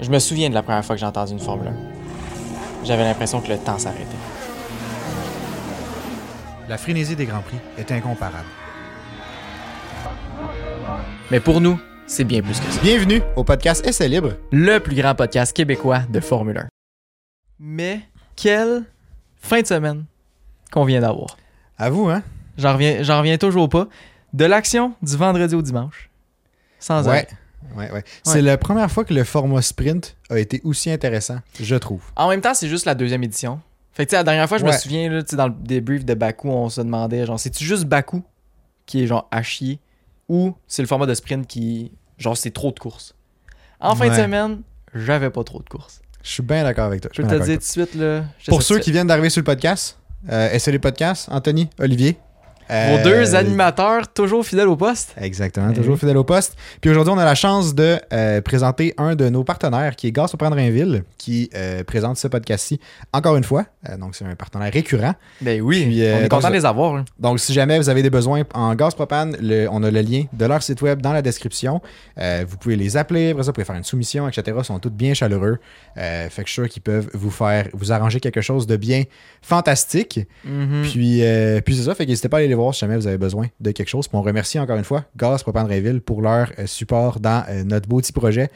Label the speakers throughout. Speaker 1: Je me souviens de la première fois que j'ai entendu une Formule 1. J'avais l'impression que le temps s'arrêtait.
Speaker 2: La frénésie des Grands Prix est incomparable.
Speaker 1: Mais pour nous, c'est bien plus que ça.
Speaker 3: Bienvenue au podcast Essai Libre.
Speaker 1: Le plus grand podcast québécois de Formule 1. Mais quelle fin de semaine qu'on vient d'avoir.
Speaker 3: À vous, hein?
Speaker 1: J'en reviens, j'en reviens toujours pas. De l'action du vendredi au dimanche. Sans
Speaker 3: Ouais.
Speaker 1: arrêt.
Speaker 3: Ouais, ouais. C'est la première fois que le format sprint a été aussi intéressant, je trouve.
Speaker 1: En même temps, c'est juste la deuxième édition. Fait que, tu sais, la dernière fois, je me
Speaker 3: Ouais.
Speaker 1: souviens, là, tu sais, dans le débrief de Baku, on se demandait, genre, c'est-tu juste Baku qui est, genre, à chier ou c'est le format de sprint qui, genre, c'est trop de courses? En fin de
Speaker 3: Ouais.
Speaker 1: semaine, j'avais pas trop de courses.
Speaker 3: Je suis bien d'accord avec toi.
Speaker 1: Je
Speaker 3: suis
Speaker 1: peux te le
Speaker 3: bien d'accord
Speaker 1: dire tout
Speaker 3: avec
Speaker 1: de suite, là.
Speaker 3: toi. Pour ceux qui viennent d'arriver sur le podcast, euh, Essai les podcasts, Anthony, Olivier.
Speaker 1: Vos
Speaker 3: Euh,
Speaker 1: deux animateurs, toujours fidèles au poste.
Speaker 3: Exactement,
Speaker 1: Eh
Speaker 3: toujours
Speaker 1: oui.
Speaker 3: fidèle au poste. Puis aujourd'hui, on a la chance de euh, présenter un de nos partenaires qui est Gaz Ville, qui euh, présente ce podcast-ci encore une fois. Euh, donc, c'est un partenaire récurrent.
Speaker 1: Ben oui,
Speaker 3: Puis, euh,
Speaker 1: on est
Speaker 3: donc,
Speaker 1: content
Speaker 3: je-
Speaker 1: de les avoir. là.
Speaker 3: Donc, si jamais vous avez des besoins en gaz propane, le- on a le lien de leur site web dans la description. Euh, vous pouvez les appeler, après ça, vous pouvez faire une soumission, etc. Ils sont tous bien chaleureux. Euh, fait que je suis sûr qu'ils peuvent vous faire, vous arranger quelque chose de bien fantastique.
Speaker 1: Mhm.
Speaker 3: Puis, euh, puis c'est ça, fait que n'hésitez pas à aller les voir si jamais vous avez besoin de quelque chose. Puis on remercie encore une fois Gaz Propane Rainville pour leur euh, support dans euh, notre beau petit projet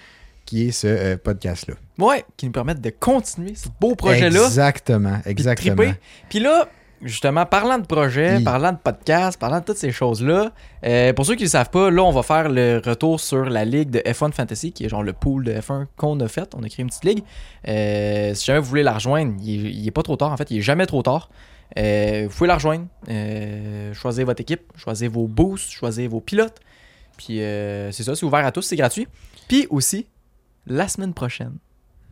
Speaker 3: qui est ce euh, podcast-là.
Speaker 1: Ouais, qui nous permettent de continuer ce beau projet-là.
Speaker 3: Exactement,
Speaker 1: puis de
Speaker 3: exactement.
Speaker 1: triper. Puis là, justement, parlant de projet,
Speaker 3: Oui.
Speaker 1: parlant de podcast, parlant de toutes ces choses-là, euh, pour ceux qui ne le savent pas, là, on va faire le retour sur la ligue de F1 Fantasy, qui est genre le pool de F1 qu'on a fait. On a créé une petite ligue. Euh, si jamais vous voulez la rejoindre, il, est- il est pas trop tard, en fait, il est jamais trop tard. Euh, vous pouvez la rejoindre. Euh, choisir votre équipe, choisir vos boosts, choisir vos pilotes. Puis euh, c'est ça, c'est ouvert à tous, c'est gratuit. Puis aussi, la semaine prochaine,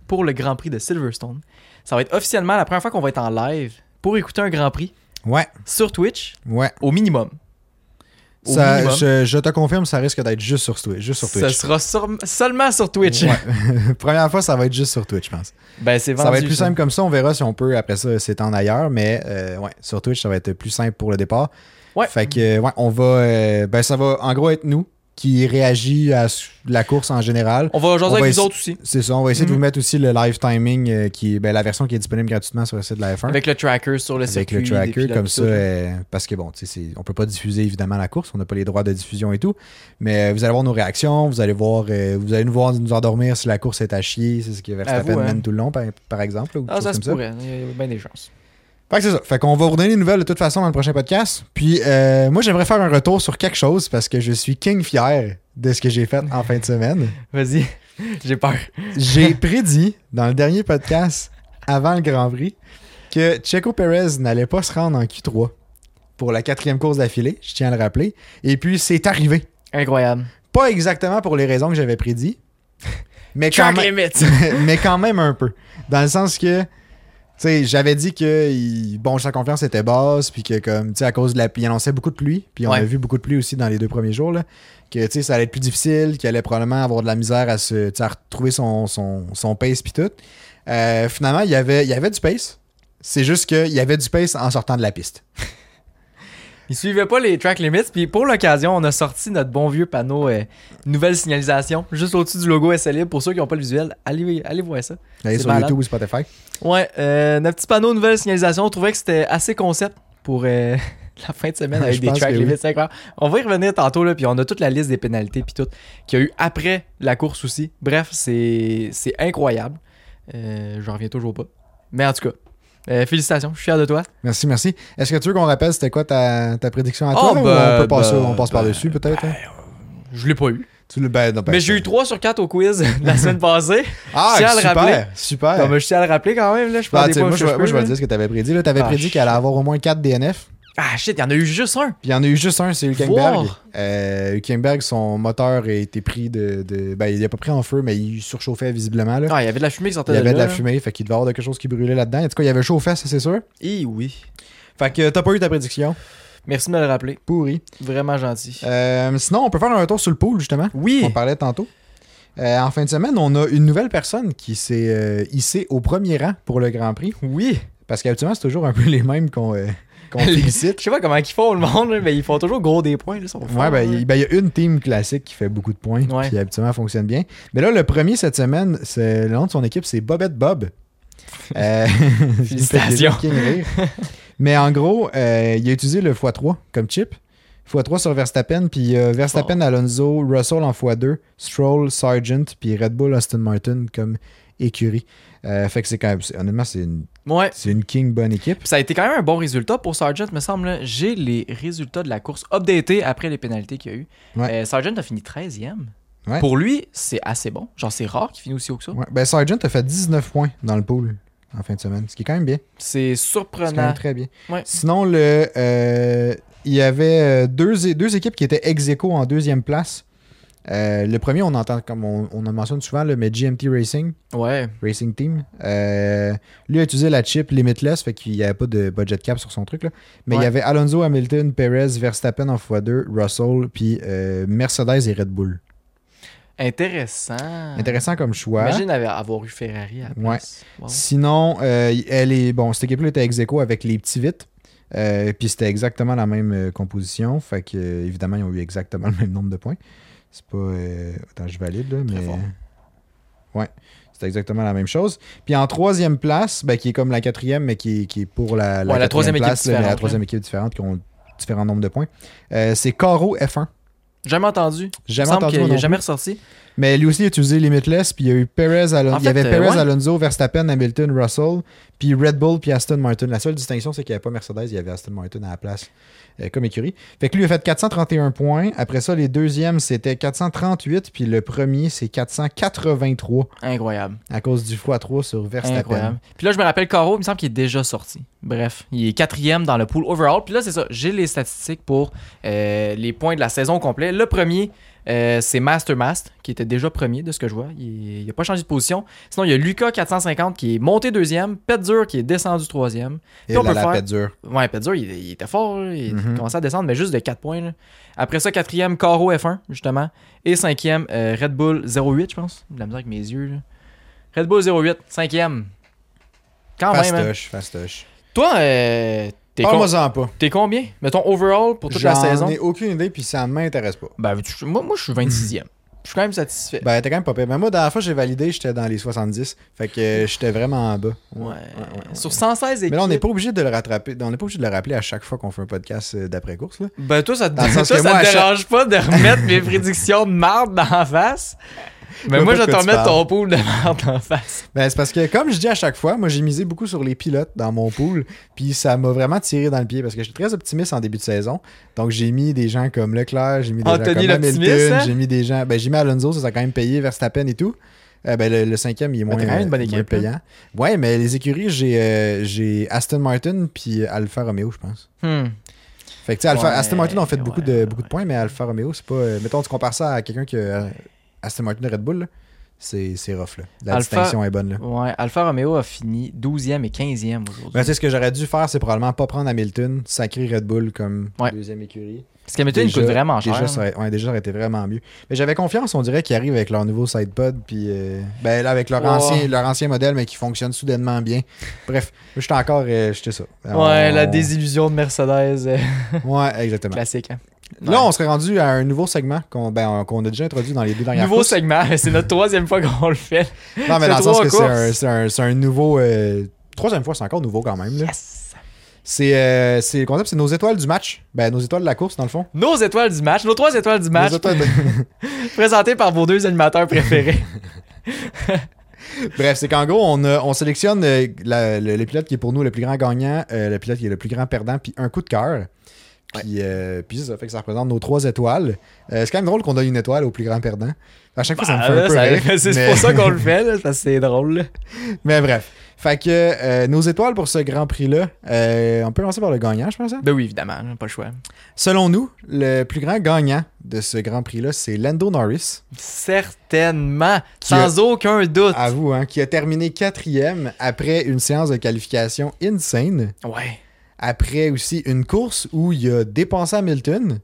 Speaker 1: pour le Grand Prix de Silverstone, ça va être officiellement la première fois qu'on va être en live pour écouter un Grand Prix
Speaker 3: Ouais,
Speaker 1: sur Twitch
Speaker 3: ouais.
Speaker 1: au minimum. Au
Speaker 3: Ça,
Speaker 1: minimum.
Speaker 3: je, je te confirme, ça risque d'être juste sur, Twi- juste sur
Speaker 1: Ça
Speaker 3: Twitch.
Speaker 1: sera sur- seulement sur Twitch.
Speaker 3: Ouais. Première fois, ça va être juste sur Twitch, je pense.
Speaker 1: Ben, c'est vendu.
Speaker 3: ça va être plus
Speaker 1: ça.
Speaker 3: simple comme ça. On verra si on peut après ça s'étendre ailleurs. Mais euh, ouais, sur Twitch, ça va être plus simple pour le départ.
Speaker 1: Ouais.
Speaker 3: Fait que euh, ouais, on va. euh, ben, ça va en gros être nous qui réagit à s- la course en général.
Speaker 1: On va jaser
Speaker 3: On
Speaker 1: avec
Speaker 3: va
Speaker 1: les
Speaker 3: essa-
Speaker 1: autres aussi.
Speaker 3: C'est ça. On va essayer de
Speaker 1: Mhm.
Speaker 3: vous mettre aussi le live timing, euh, qui est ben, la version qui est disponible gratuitement sur le site de la F1.
Speaker 1: Avec le tracker sur le
Speaker 3: Avec
Speaker 1: circuit.
Speaker 3: le
Speaker 1: des
Speaker 3: tracker,
Speaker 1: pilotes,
Speaker 3: comme
Speaker 1: tout
Speaker 3: ça, euh, parce que bon, tu sais, c'est- on peut pas diffuser évidemment la course, on n'a pas les droits de diffusion et tout, mais euh, vous allez voir nos réactions, vous allez voir, euh, vous allez nous voir nous endormir si la course est à chier, c'est ce que Verstappen
Speaker 1: Avoue, hein.
Speaker 3: mène tout le long, par, par exemple, là, ou quelque
Speaker 1: Ah,
Speaker 3: chose
Speaker 1: ça se
Speaker 3: comme ça.
Speaker 1: pourrait. Il y a bien des chances.
Speaker 3: Fait que c'est ça. Fait qu'on va vous donner des nouvelles de toute façon dans le prochain podcast. Puis euh, moi, j'aimerais faire un retour sur quelque chose parce que je suis king fier de ce que j'ai fait en fin de semaine.
Speaker 1: Vas-y, j'ai peur.
Speaker 3: J'ai prédit dans le dernier podcast avant le Grand Prix que Checo Perez n'allait pas se rendre en Q3 pour la quatrième course d'affilée, je tiens à le rappeler. Et puis c'est arrivé.
Speaker 1: Incroyable.
Speaker 3: Pas exactement pour les raisons que j'avais prédit, mais quand,
Speaker 1: Track
Speaker 3: même,
Speaker 1: limit.
Speaker 3: mais quand même un peu. Dans le sens que, tu sais, j'avais dit que il- bon, sa confiance était basse, puis que comme, tu sais, à cause de la pluie, il annonçait beaucoup de pluie, puis on
Speaker 1: Ouais.
Speaker 3: a vu beaucoup de pluie aussi dans les deux premiers jours, là, que, tu sais, ça allait être plus difficile, qu'il allait probablement avoir de la misère à se, tu sais, à retrouver son, son, son pace, puis tout. Euh, finalement, il y avait, il y avait du pace. C'est juste qu'il y avait du pace en sortant de la piste.
Speaker 1: Il suivait pas les track limits. Puis pour l'occasion, on a sorti notre bon vieux panneau euh, nouvelle signalisation juste au-dessus du logo SLI. Pour ceux qui n'ont pas le visuel, allez, allez voir ça.
Speaker 3: Allez
Speaker 1: C'est
Speaker 3: sur
Speaker 1: malade.
Speaker 3: YouTube ou Spotify.
Speaker 1: Ouais, euh, notre petit panneau nouvelle signalisation, on trouvait que c'était assez concept pour euh, la fin de semaine avec
Speaker 3: Je
Speaker 1: des
Speaker 3: pense
Speaker 1: track
Speaker 3: que oui.
Speaker 1: limits. c'est incroyable. On va y revenir tantôt, là, puis on a toute la liste des pénalités, puis tout, qu'il y a eu après la course aussi. Bref, c'est c'est incroyable. Euh, J'en reviens toujours pas. Mais en tout cas, euh, félicitations, je suis fier de toi.
Speaker 3: Merci, merci. Est-ce que tu veux qu'on rappelle c'était quoi ta, ta prédiction à
Speaker 1: Oh,
Speaker 3: toi? là, ou
Speaker 1: ben,
Speaker 3: on peut passer,
Speaker 1: ben,
Speaker 3: on passe
Speaker 1: ben,
Speaker 3: par-dessus peut-être? hein?
Speaker 1: Je l'ai pas eu.
Speaker 3: Tu le- ben, non, ben,
Speaker 1: mais j'ai eu 3 sur 4 au quiz la semaine passée.
Speaker 3: Ah,
Speaker 1: Je tiens à le
Speaker 3: super,
Speaker 1: rappeler.
Speaker 3: super.
Speaker 1: Non, mais je tiens à le rappeler quand même, là. Je
Speaker 3: Ah,
Speaker 1: prends des
Speaker 3: tu sais,
Speaker 1: poches
Speaker 3: moi,
Speaker 1: que
Speaker 3: je, vais- moi,
Speaker 1: peux,
Speaker 3: je vais
Speaker 1: là.
Speaker 3: te dire ce que t'avais prédit. Là, t'avais
Speaker 1: Ah,
Speaker 3: prédit qu'elle allait avoir au moins 4 DNF.
Speaker 1: Ah shit, il y en a eu juste un.
Speaker 3: Puis il y en a eu juste un, c'est Hülkenberg.
Speaker 1: Voir.
Speaker 3: Euh, Hülkenberg, son moteur a été pris de. de- ben, il a pas pris en feu, mais il surchauffait visiblement. Là.
Speaker 1: Ah, il y avait de la fumée qui sortait
Speaker 3: il y avait de
Speaker 1: là,
Speaker 3: la
Speaker 1: là.
Speaker 3: fumée, fait qu'il devait avoir de quelque chose qui brûlait là-dedans. En tout cas, il y avait chauffé, ça c'est sûr.
Speaker 1: Eh oui.
Speaker 3: Fait que t'as pas eu ta prédiction.
Speaker 1: Merci de me le rappeler.
Speaker 3: Pourri.
Speaker 1: Vraiment gentil.
Speaker 3: Euh, sinon, on peut faire un retour sur le pool, justement.
Speaker 1: oui.
Speaker 3: On parlait tantôt. Euh, en fin de semaine, on a une nouvelle personne qui s'est euh, hissée au premier rang pour le Grand Prix.
Speaker 1: Oui.
Speaker 3: Parce qu'habituellement, c'est toujours un peu les mêmes qu'on euh, qu'on félicite.
Speaker 1: Je sais pas comment ils font le monde, là, mais ils font toujours gros des points. Là, ils sont
Speaker 3: Ouais,
Speaker 1: forts,
Speaker 3: ben,
Speaker 1: là.
Speaker 3: il ben, il y a une team classique qui fait beaucoup de points,
Speaker 1: Ouais.
Speaker 3: qui habituellement fonctionne bien. Mais là, le premier cette semaine, c'est, le nom de son équipe, c'est Bobette Bob. Euh,
Speaker 1: Félicitations.
Speaker 3: King rire. Mais en gros, euh, il a utilisé le x3 comme chip. x3 sur Verstappen, puis euh, Verstappen, Alonso, Russell en x2, Stroll, Sargent, puis Red Bull, Aston Martin comme écurie. Euh, fait que c'est quand même, c'est- honnêtement, c'est une,
Speaker 1: Ouais.
Speaker 3: c'est une King bonne équipe.
Speaker 1: Puis ça a été quand même un bon résultat pour Sargent, me semble. là. J'ai les résultats de la course updatés après les pénalités qu'il y a eu.
Speaker 3: Ouais.
Speaker 1: Euh, Sargent a fini 13e.
Speaker 3: Ouais.
Speaker 1: Pour lui, c'est assez bon. Genre, c'est rare qu'il finisse aussi haut que ça.
Speaker 3: Ouais. Ben, Sargent a fait 19 points dans le pool en fin de semaine, ce qui est quand même bien.
Speaker 1: C'est
Speaker 3: C'est quand
Speaker 1: surprenant.
Speaker 3: même très bien.
Speaker 1: Ouais.
Speaker 3: Sinon, le, euh, il y avait euh, deux, é- deux équipes qui étaient ex aequo en deuxième place. Euh, le premier, on entend comme on, on en mentionne souvent, là, mais GMT Racing,
Speaker 1: Ouais.
Speaker 3: Racing Team, euh, lui a utilisé la chip Limitless, fait qu'il n'y avait pas de budget cap sur son truc. là. Mais il
Speaker 1: Ouais.
Speaker 3: y avait Alonso, Hamilton, Perez, Verstappen en x2, Russell, puis euh, Mercedes et Red Bull.
Speaker 1: Intéressant.
Speaker 3: Intéressant comme choix.
Speaker 1: Imagine avoir, avoir eu Ferrari à la
Speaker 3: Ouais.
Speaker 1: place. Wow.
Speaker 3: Sinon, euh, elle est. Bon, cette équipe-là était ex aequo avec les petits vites. Euh, puis c'était exactement la même euh, composition. Fait que euh, évidemment, ils ont eu exactement le même nombre de points. C'est pas. euh, Attends, je valide là, mais.
Speaker 1: fort.
Speaker 3: Ouais. C'était exactement la même chose. Puis en troisième place, ben, qui est comme la quatrième, mais qui, est- qui est pour la,
Speaker 1: Ouais, la
Speaker 3: quatrième
Speaker 1: troisième équipe
Speaker 3: place, là, mais la
Speaker 1: différente,
Speaker 3: troisième équipe différente qui ont différents nombres de points. Euh, c'est Caro F1.
Speaker 1: Jamais entendu.
Speaker 3: Jamais
Speaker 1: il me semble
Speaker 3: entendu
Speaker 1: qu'il
Speaker 3: mon nom
Speaker 1: n'est jamais ressorti.
Speaker 3: mais lui aussi, il a utilisé Limitless, puis il y a eu Perez, Alon-
Speaker 1: En
Speaker 3: il y avait
Speaker 1: fait, euh,
Speaker 3: Perez,
Speaker 1: ouais.
Speaker 3: Alonso, Verstappen, Hamilton, Russell, puis Red Bull, puis Aston Martin. La seule distinction, c'est qu'il n'y avait pas Mercedes, il y avait Aston Martin à la place euh, comme écurie. Fait que lui a fait 431 points. Après ça, les deuxièmes, c'était 438, puis le premier, c'est 483
Speaker 1: Incroyable.
Speaker 3: à cause du x3 sur Verstappen.
Speaker 1: Incroyable. Puis là, je me rappelle Caro, il me semble qu'il est déjà sorti. Bref, il est quatrième dans le pool overall. Puis là, c'est ça, j'ai les statistiques pour euh, les points de la saison au complet. Le premier, euh, c'est Mastermast, qui était déjà premier de ce que je vois. Il n'a pas changé de position. Sinon, il y a Lucas 450 qui est monté deuxième, Petzur qui est descendu troisième.
Speaker 3: Et
Speaker 1: Puis on
Speaker 3: là,
Speaker 1: peut
Speaker 3: la
Speaker 1: faire-
Speaker 3: pète dure.
Speaker 1: Ouais, Petzur, il, il était fort, là. il
Speaker 3: Mhm.
Speaker 1: commençait à descendre, mais juste de 4 points. là. Après ça, quatrième, Caro F1, justement. Et cinquième, euh, Red Bull 08, je pense. De la misère avec mes yeux. là. Red Bull 08, cinquième. Quand même, hein.
Speaker 3: Fastoche, fastoche.
Speaker 1: Toi, euh, t'es con-
Speaker 3: Parle-moi-en pas.
Speaker 1: t'es combien? Mettons overall pour toute la
Speaker 3: J'en
Speaker 1: saison?
Speaker 3: ai aucune idée, puis ça ne m'intéresse pas.
Speaker 1: Ben, veux-tu- moi, moi, je suis 26e. Je suis quand même satisfait.
Speaker 3: Ben, t'es quand même pas pire. Mais moi, dans la fois, j'ai validé, j'étais dans les 70. Fait que euh, j'étais vraiment en bas.
Speaker 1: ouais.
Speaker 3: Ouais, ouais, ouais.
Speaker 1: Sur 116 équipes.
Speaker 3: Mais là, on n'est pas obligé de le rattraper. On n'est pas obligé de le rappeler à chaque fois qu'on fait un podcast euh, d'après-course. là.
Speaker 1: Ben, toi, ça te,
Speaker 3: Dans le sens
Speaker 1: toi,
Speaker 3: que
Speaker 1: ça
Speaker 3: moi,
Speaker 1: te
Speaker 3: à chaque-
Speaker 1: dérange pas de remettre mes prédictions de marde dans la face? Mais
Speaker 3: vois
Speaker 1: moi,
Speaker 3: pas
Speaker 1: je vais
Speaker 3: de
Speaker 1: te
Speaker 3: quoi tu
Speaker 1: remettre
Speaker 3: parles.
Speaker 1: ton pool de marde en face.
Speaker 3: Ben, c'est parce que, comme je dis à chaque fois, moi, j'ai misé beaucoup sur les pilotes dans mon pool. Puis ça m'a vraiment tiré dans le pied parce que j'étais très optimiste en début de saison. Donc, j'ai mis des gens comme Leclerc, j'ai mis des
Speaker 1: Anthony
Speaker 3: gens comme
Speaker 1: l'optimiste,
Speaker 3: Hamilton,
Speaker 1: hein?
Speaker 3: j'ai mis des gens. Ben, j'ai mis Alonso, ça, ça a quand même payé, Verstappen et tout. Euh, ben, le, le cinquième, il est
Speaker 1: Ben,
Speaker 3: moins,
Speaker 1: t'as quand même une bonne
Speaker 3: euh, moins
Speaker 1: équipe,
Speaker 3: payant. Ouais, mais les écuries, j'ai euh, j'ai Aston Martin puis Alfa Romeo, je pense.
Speaker 1: Hmm.
Speaker 3: Fait que, tu sais, Alpha-
Speaker 1: Ouais,
Speaker 3: Aston Martin ont fait
Speaker 1: ouais,
Speaker 3: beaucoup, de,
Speaker 1: ouais,
Speaker 3: beaucoup de
Speaker 1: ouais.
Speaker 3: points, mais Alfa Romeo, c'est pas. euh, mettons, tu compares ça à quelqu'un qui a euh, Aston Martin et Red Bull, là, c'est c'est rough. Là. La
Speaker 1: Alpha-
Speaker 3: distinction est bonne. Là.
Speaker 1: Ouais, Alfa Romeo a fini 12e et 15e aujourd'hui.
Speaker 3: Ben, tu sais, ce que j'aurais dû faire, c'est probablement pas prendre Hamilton, sacrer Red Bull comme
Speaker 1: Ouais.
Speaker 3: deuxième écurie.
Speaker 1: Parce qu'Hamilton, il
Speaker 3: Déjà-
Speaker 1: coûte vraiment cher. hein.
Speaker 3: Déjà,
Speaker 1: là.
Speaker 3: ça aurait, ouais, déjà, ça aurait été vraiment mieux. Mais j'avais confiance, on dirait qu'ils arrivent avec leur nouveau sidepod, puis euh, ben, là, avec leur,
Speaker 1: Ouais.
Speaker 3: ancien, leur ancien modèle, mais qui fonctionne soudainement bien. Bref, moi, j'étais encore. euh, j'étais ça.
Speaker 1: Ouais,
Speaker 3: On-
Speaker 1: la désillusion de Mercedes euh,
Speaker 3: Ouais, exactement.
Speaker 1: classique. hein.
Speaker 3: Là, on serait rendu à un nouveau segment qu'on ben, qu'on a déjà introduit dans les deux dernières
Speaker 1: Nouveau
Speaker 3: courses.
Speaker 1: segment, c'est notre troisième fois qu'on le fait.
Speaker 3: Non, mais
Speaker 1: C'est
Speaker 3: dans le sens
Speaker 1: trois
Speaker 3: que c'est
Speaker 1: courses.
Speaker 3: un, c'est un- c'est un nouveau. euh, troisième fois, c'est encore nouveau quand même. là.
Speaker 1: Yes!
Speaker 3: C'est euh, c'est- le concept, c'est nos étoiles du match. Ben, nos étoiles de la course, dans le fond.
Speaker 1: Nos étoiles du match, nos trois étoiles du
Speaker 3: Nos
Speaker 1: match,
Speaker 3: étoiles de-
Speaker 1: présentées par vos deux animateurs préférés.
Speaker 3: Bref, c'est qu'en gros, on, a- on sélectionne euh, la- le, le pilote qui est pour nous le plus grand gagnant, euh, le pilote qui est le plus grand perdant, puis un coup de cœur. Puis, euh, puis ça fait que ça représente nos trois étoiles. Euh, c'est quand même drôle qu'on donne une étoile au plus grand perdant. À chaque fois, ça me
Speaker 1: Ah,
Speaker 3: fait un
Speaker 1: là,
Speaker 3: peu
Speaker 1: ça-
Speaker 3: rire,
Speaker 1: c'est
Speaker 3: mais-
Speaker 1: pour ça qu'on le fait, là, parce que c'est drôle. là.
Speaker 3: Mais bref. Fait que euh, nos étoiles pour ce grand prix-là, euh, on peut lancer par le gagnant, je pense. hein?
Speaker 1: Ben oui, évidemment, là, pas le choix.
Speaker 3: Selon nous, le plus grand gagnant de ce grand prix-là, c'est Lando Norris.
Speaker 1: Certainement, sans aucun doute.
Speaker 3: À vous, hein, qui a terminé quatrième après une séance de qualification insane.
Speaker 1: Ouais.
Speaker 3: Après aussi une course où il a dépensé Hamilton,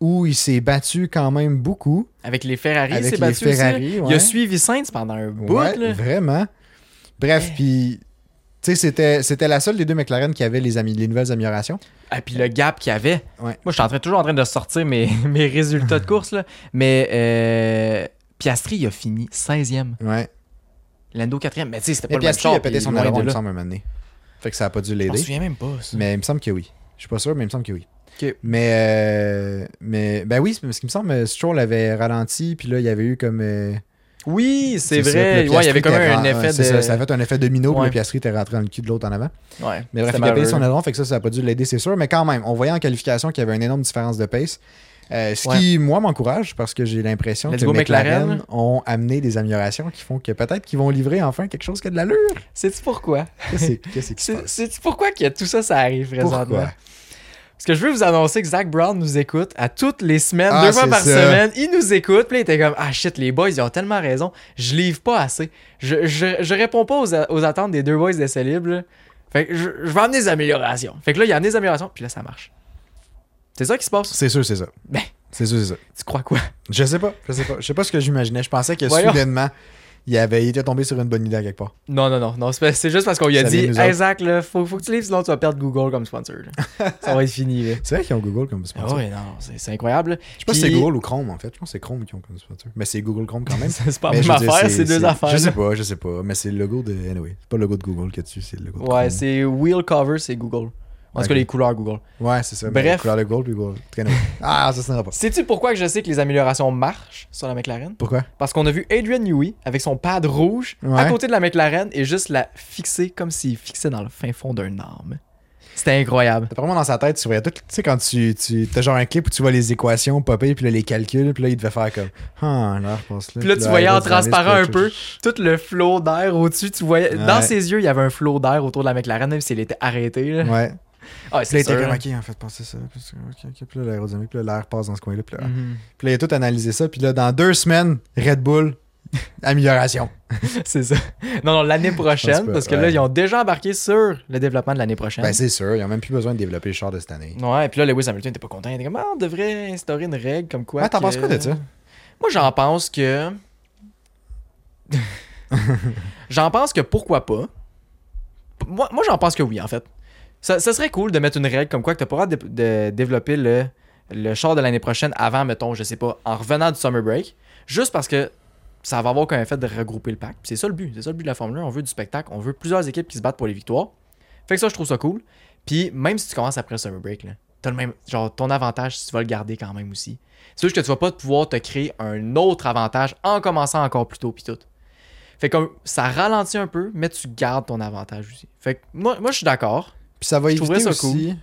Speaker 3: où il s'est battu quand même beaucoup
Speaker 1: Avec les Ferrari, il
Speaker 3: avec
Speaker 1: s'est
Speaker 3: les
Speaker 1: battu aussi. hein?
Speaker 3: Ferrari.
Speaker 1: Il
Speaker 3: ouais.
Speaker 1: a suivi Sainz pendant un bout.
Speaker 3: Ouais,
Speaker 1: là.
Speaker 3: vraiment. Bref,
Speaker 1: Eh.
Speaker 3: puis sais, c'était, c'était la seule des deux McLaren qui avait les, ami- les nouvelles améliorations.
Speaker 1: Et Ah, puis le gap qu'il y avait.
Speaker 3: Ouais.
Speaker 1: Moi, je suis en train, toujours en train de sortir mes, mes résultats de course. Là. Mais euh, Piastri, il a fini 16e.
Speaker 3: Ouais.
Speaker 1: Lando 4e. Mais tu sais, c'était pas
Speaker 3: Mais
Speaker 1: le même
Speaker 3: Piastri
Speaker 1: char.
Speaker 3: a pété
Speaker 1: puis
Speaker 3: son
Speaker 1: loin
Speaker 3: aileron,
Speaker 1: de
Speaker 3: il me
Speaker 1: là.
Speaker 3: semble, un moment donné. Fait que ça a pas dû
Speaker 1: Je m'en
Speaker 3: l'aider.
Speaker 1: souviens même pas. ça.
Speaker 3: Mais il me semble que oui. Je suis pas sûr, mais il me semble que oui.
Speaker 1: Ok.
Speaker 3: Mais, euh, mais ben oui, c'est parce qu'il me semble que Stroll avait ralenti, puis là, il y avait eu comme. euh,
Speaker 1: Oui, c'est
Speaker 3: ça,
Speaker 1: vrai.
Speaker 3: puis le
Speaker 1: Ouais, il y avait
Speaker 3: Piastri
Speaker 1: comme
Speaker 3: était
Speaker 1: un
Speaker 3: ren-
Speaker 1: effet
Speaker 3: ouais,
Speaker 1: de.
Speaker 3: c'est Ça, ça a fait un effet domino, puis
Speaker 1: Ouais.
Speaker 3: le Piastri était rentré dans le cul de l'autre en avant.
Speaker 1: Ouais,
Speaker 3: Mais bref,
Speaker 1: c'était
Speaker 3: il a payé
Speaker 1: malheureux.
Speaker 3: son aileron, fait que ça, ça n'a pas dû l'aider, c'est sûr. Mais quand même, on voyait en qualification qu'il y avait une énorme différence de pace. Euh, ce qui, moi, m'encourage parce que j'ai l'impression
Speaker 1: Let's
Speaker 3: que
Speaker 1: go,
Speaker 3: McLaren,
Speaker 1: McLaren.
Speaker 3: ont amené des améliorations qui font que peut-être qu'ils vont livrer enfin quelque chose qui a de l'allure.
Speaker 1: Sais-tu pourquoi?
Speaker 3: Qu'est-ce qui- qu'est-ce qui se
Speaker 1: C'est
Speaker 3: passe?
Speaker 1: sais-tu pourquoi que tout ça, ça arrive présentement?
Speaker 3: Pourquoi?
Speaker 1: Parce que je veux vous annoncer que Zach Brown nous écoute à toutes les semaines,
Speaker 3: Ah,
Speaker 1: deux fois
Speaker 3: c'est
Speaker 1: par
Speaker 3: ça.
Speaker 1: semaine. Il nous écoute. Puis là, il était comme Ah shit, les boys, ils ont tellement raison. Je livre pas assez. Je, je, je réponds pas aux, a- aux attentes des deux boys d'essai libre. là. Fait que je, je vais amener des améliorations. Fait que là, il a amené des améliorations. Puis là, ça marche. C'est ça qui se passe.
Speaker 3: C'est sûr, c'est ça.
Speaker 1: Ben.
Speaker 3: C'est sûr, c'est ça.
Speaker 1: Tu crois quoi?
Speaker 3: Je sais pas, je sais pas. Je sais pas ce que j'imaginais. Je pensais que
Speaker 1: Voyons.
Speaker 3: soudainement, il avait il était tombé sur une bonne idée à quelque part.
Speaker 1: Non, non, non. non c'est pas- c'est juste parce qu'on lui a
Speaker 3: Ça
Speaker 1: dit
Speaker 3: vient de nous
Speaker 1: Hey
Speaker 3: autres.
Speaker 1: Zach, là, faut, faut que tu livres, sinon tu vas perdre Google comme sponsor. là. ça va être fini. Là.
Speaker 3: C'est vrai qu'ils ont Google comme sponsor.
Speaker 1: Ah ouais, non, c'est c'est incroyable.
Speaker 3: Je sais pas si c'est
Speaker 1: Puis-
Speaker 3: Google ou Chrome en fait. Je pense que c'est Chrome qui ont comme sponsor. Mais c'est Google Chrome quand même.
Speaker 1: C'est pas la même
Speaker 3: Mais je veux dire,
Speaker 1: affaire, c'est deux affaires.
Speaker 3: Je
Speaker 1: là.
Speaker 3: sais pas, je sais pas. Mais c'est le logo de. Anyway, c'est pas le logo de Google que tu, c'est le logo de
Speaker 1: Ouais,
Speaker 3: Chrome.
Speaker 1: c'est wheel cover, c'est Google. En tout
Speaker 3: Ok.
Speaker 1: cas, les couleurs Google.
Speaker 3: Ouais, c'est ça.
Speaker 1: Bref.
Speaker 3: Bref. Couleur de Google puis Google. Anyway. Ah, ça se tiendra pas.
Speaker 1: Sais-tu pourquoi que je sais que les améliorations marchent sur la McLaren?
Speaker 3: Pourquoi
Speaker 1: Parce qu'on a vu Adrian Newey avec son pad rouge à
Speaker 3: Ouais.
Speaker 1: côté de la McLaren et juste la fixer comme s'il fixait dans le fin fond d'un arbre. C'était incroyable.
Speaker 3: T'as vraiment dans sa tête, tu voyais tout. Tu sais, quand tu, tu as genre un clip où tu vois les équations popper, puis là, les calculs, puis là, il devait faire comme. Ah, l'air passe là.
Speaker 1: Puis là, tu voyais en
Speaker 3: aérodynamisme,
Speaker 1: transparent un
Speaker 3: puis là,
Speaker 1: peu tout le flot d'air au-dessus. Tu voyais dans
Speaker 3: Ouais.
Speaker 1: ses yeux, il y avait un flot d'air autour de la McLaren, même s'il était arrêté. Là.
Speaker 3: Ouais.
Speaker 1: Ah,
Speaker 3: Puis là,
Speaker 1: c'est
Speaker 3: il était
Speaker 1: sûr.
Speaker 3: comme, ok, en fait, pensez ça. Puis c'est- ok, ok. Puis là, l'aérodynamique, puis là, l'air passe dans ce coin-là. Puis là,
Speaker 1: Mhm.
Speaker 3: puis là, il a tout analysé ça. Puis là, dans deux semaines, Red Bull, amélioration.
Speaker 1: C'est ça. Non, non, l'année
Speaker 3: Je pense
Speaker 1: prochaine,
Speaker 3: pas,
Speaker 1: parce que là,
Speaker 3: ouais.
Speaker 1: ils ont déjà embarqué sur le développement de l'année prochaine.
Speaker 3: Ben, c'est sûr, ils n'ont même plus besoin de développer les chars de cette année.
Speaker 1: Ouais, et puis là, Lewis Hamilton était pas content. Il était comme, Ah, on devrait instaurer une règle comme quoi.
Speaker 3: Ah, t'en
Speaker 1: que-
Speaker 3: penses quoi de ça?
Speaker 1: Moi, j'en pense que. j'en pense que pourquoi pas. P- Moi, moi j'en pense que oui, en fait. Ça, ça serait cool de mettre une règle comme quoi que t'as pas le droit de, de développer le, le char de l'année prochaine avant, mettons, je sais pas, en revenant du summer break. Juste parce que ça va avoir qu'un fait de regrouper le pack. Puis C'est ça le but. C'est ça le but de la Formule 1. On veut du spectacle. On veut plusieurs équipes qui se battent pour les victoires. Fait que ça, je trouve ça cool. Puis même si tu commences après le summer break, là, t'as le même. Genre, ton avantage, si tu vas le garder quand même aussi. C'est juste que tu vas pas pouvoir te créer un autre avantage en commençant encore plus tôt puis tout. Fait comme ça ralentit un peu, mais tu gardes ton avantage aussi. Fait que moi, moi je suis d'accord.
Speaker 3: Puis ça va
Speaker 1: Je
Speaker 3: éviter
Speaker 1: trouverais ça
Speaker 3: aussi.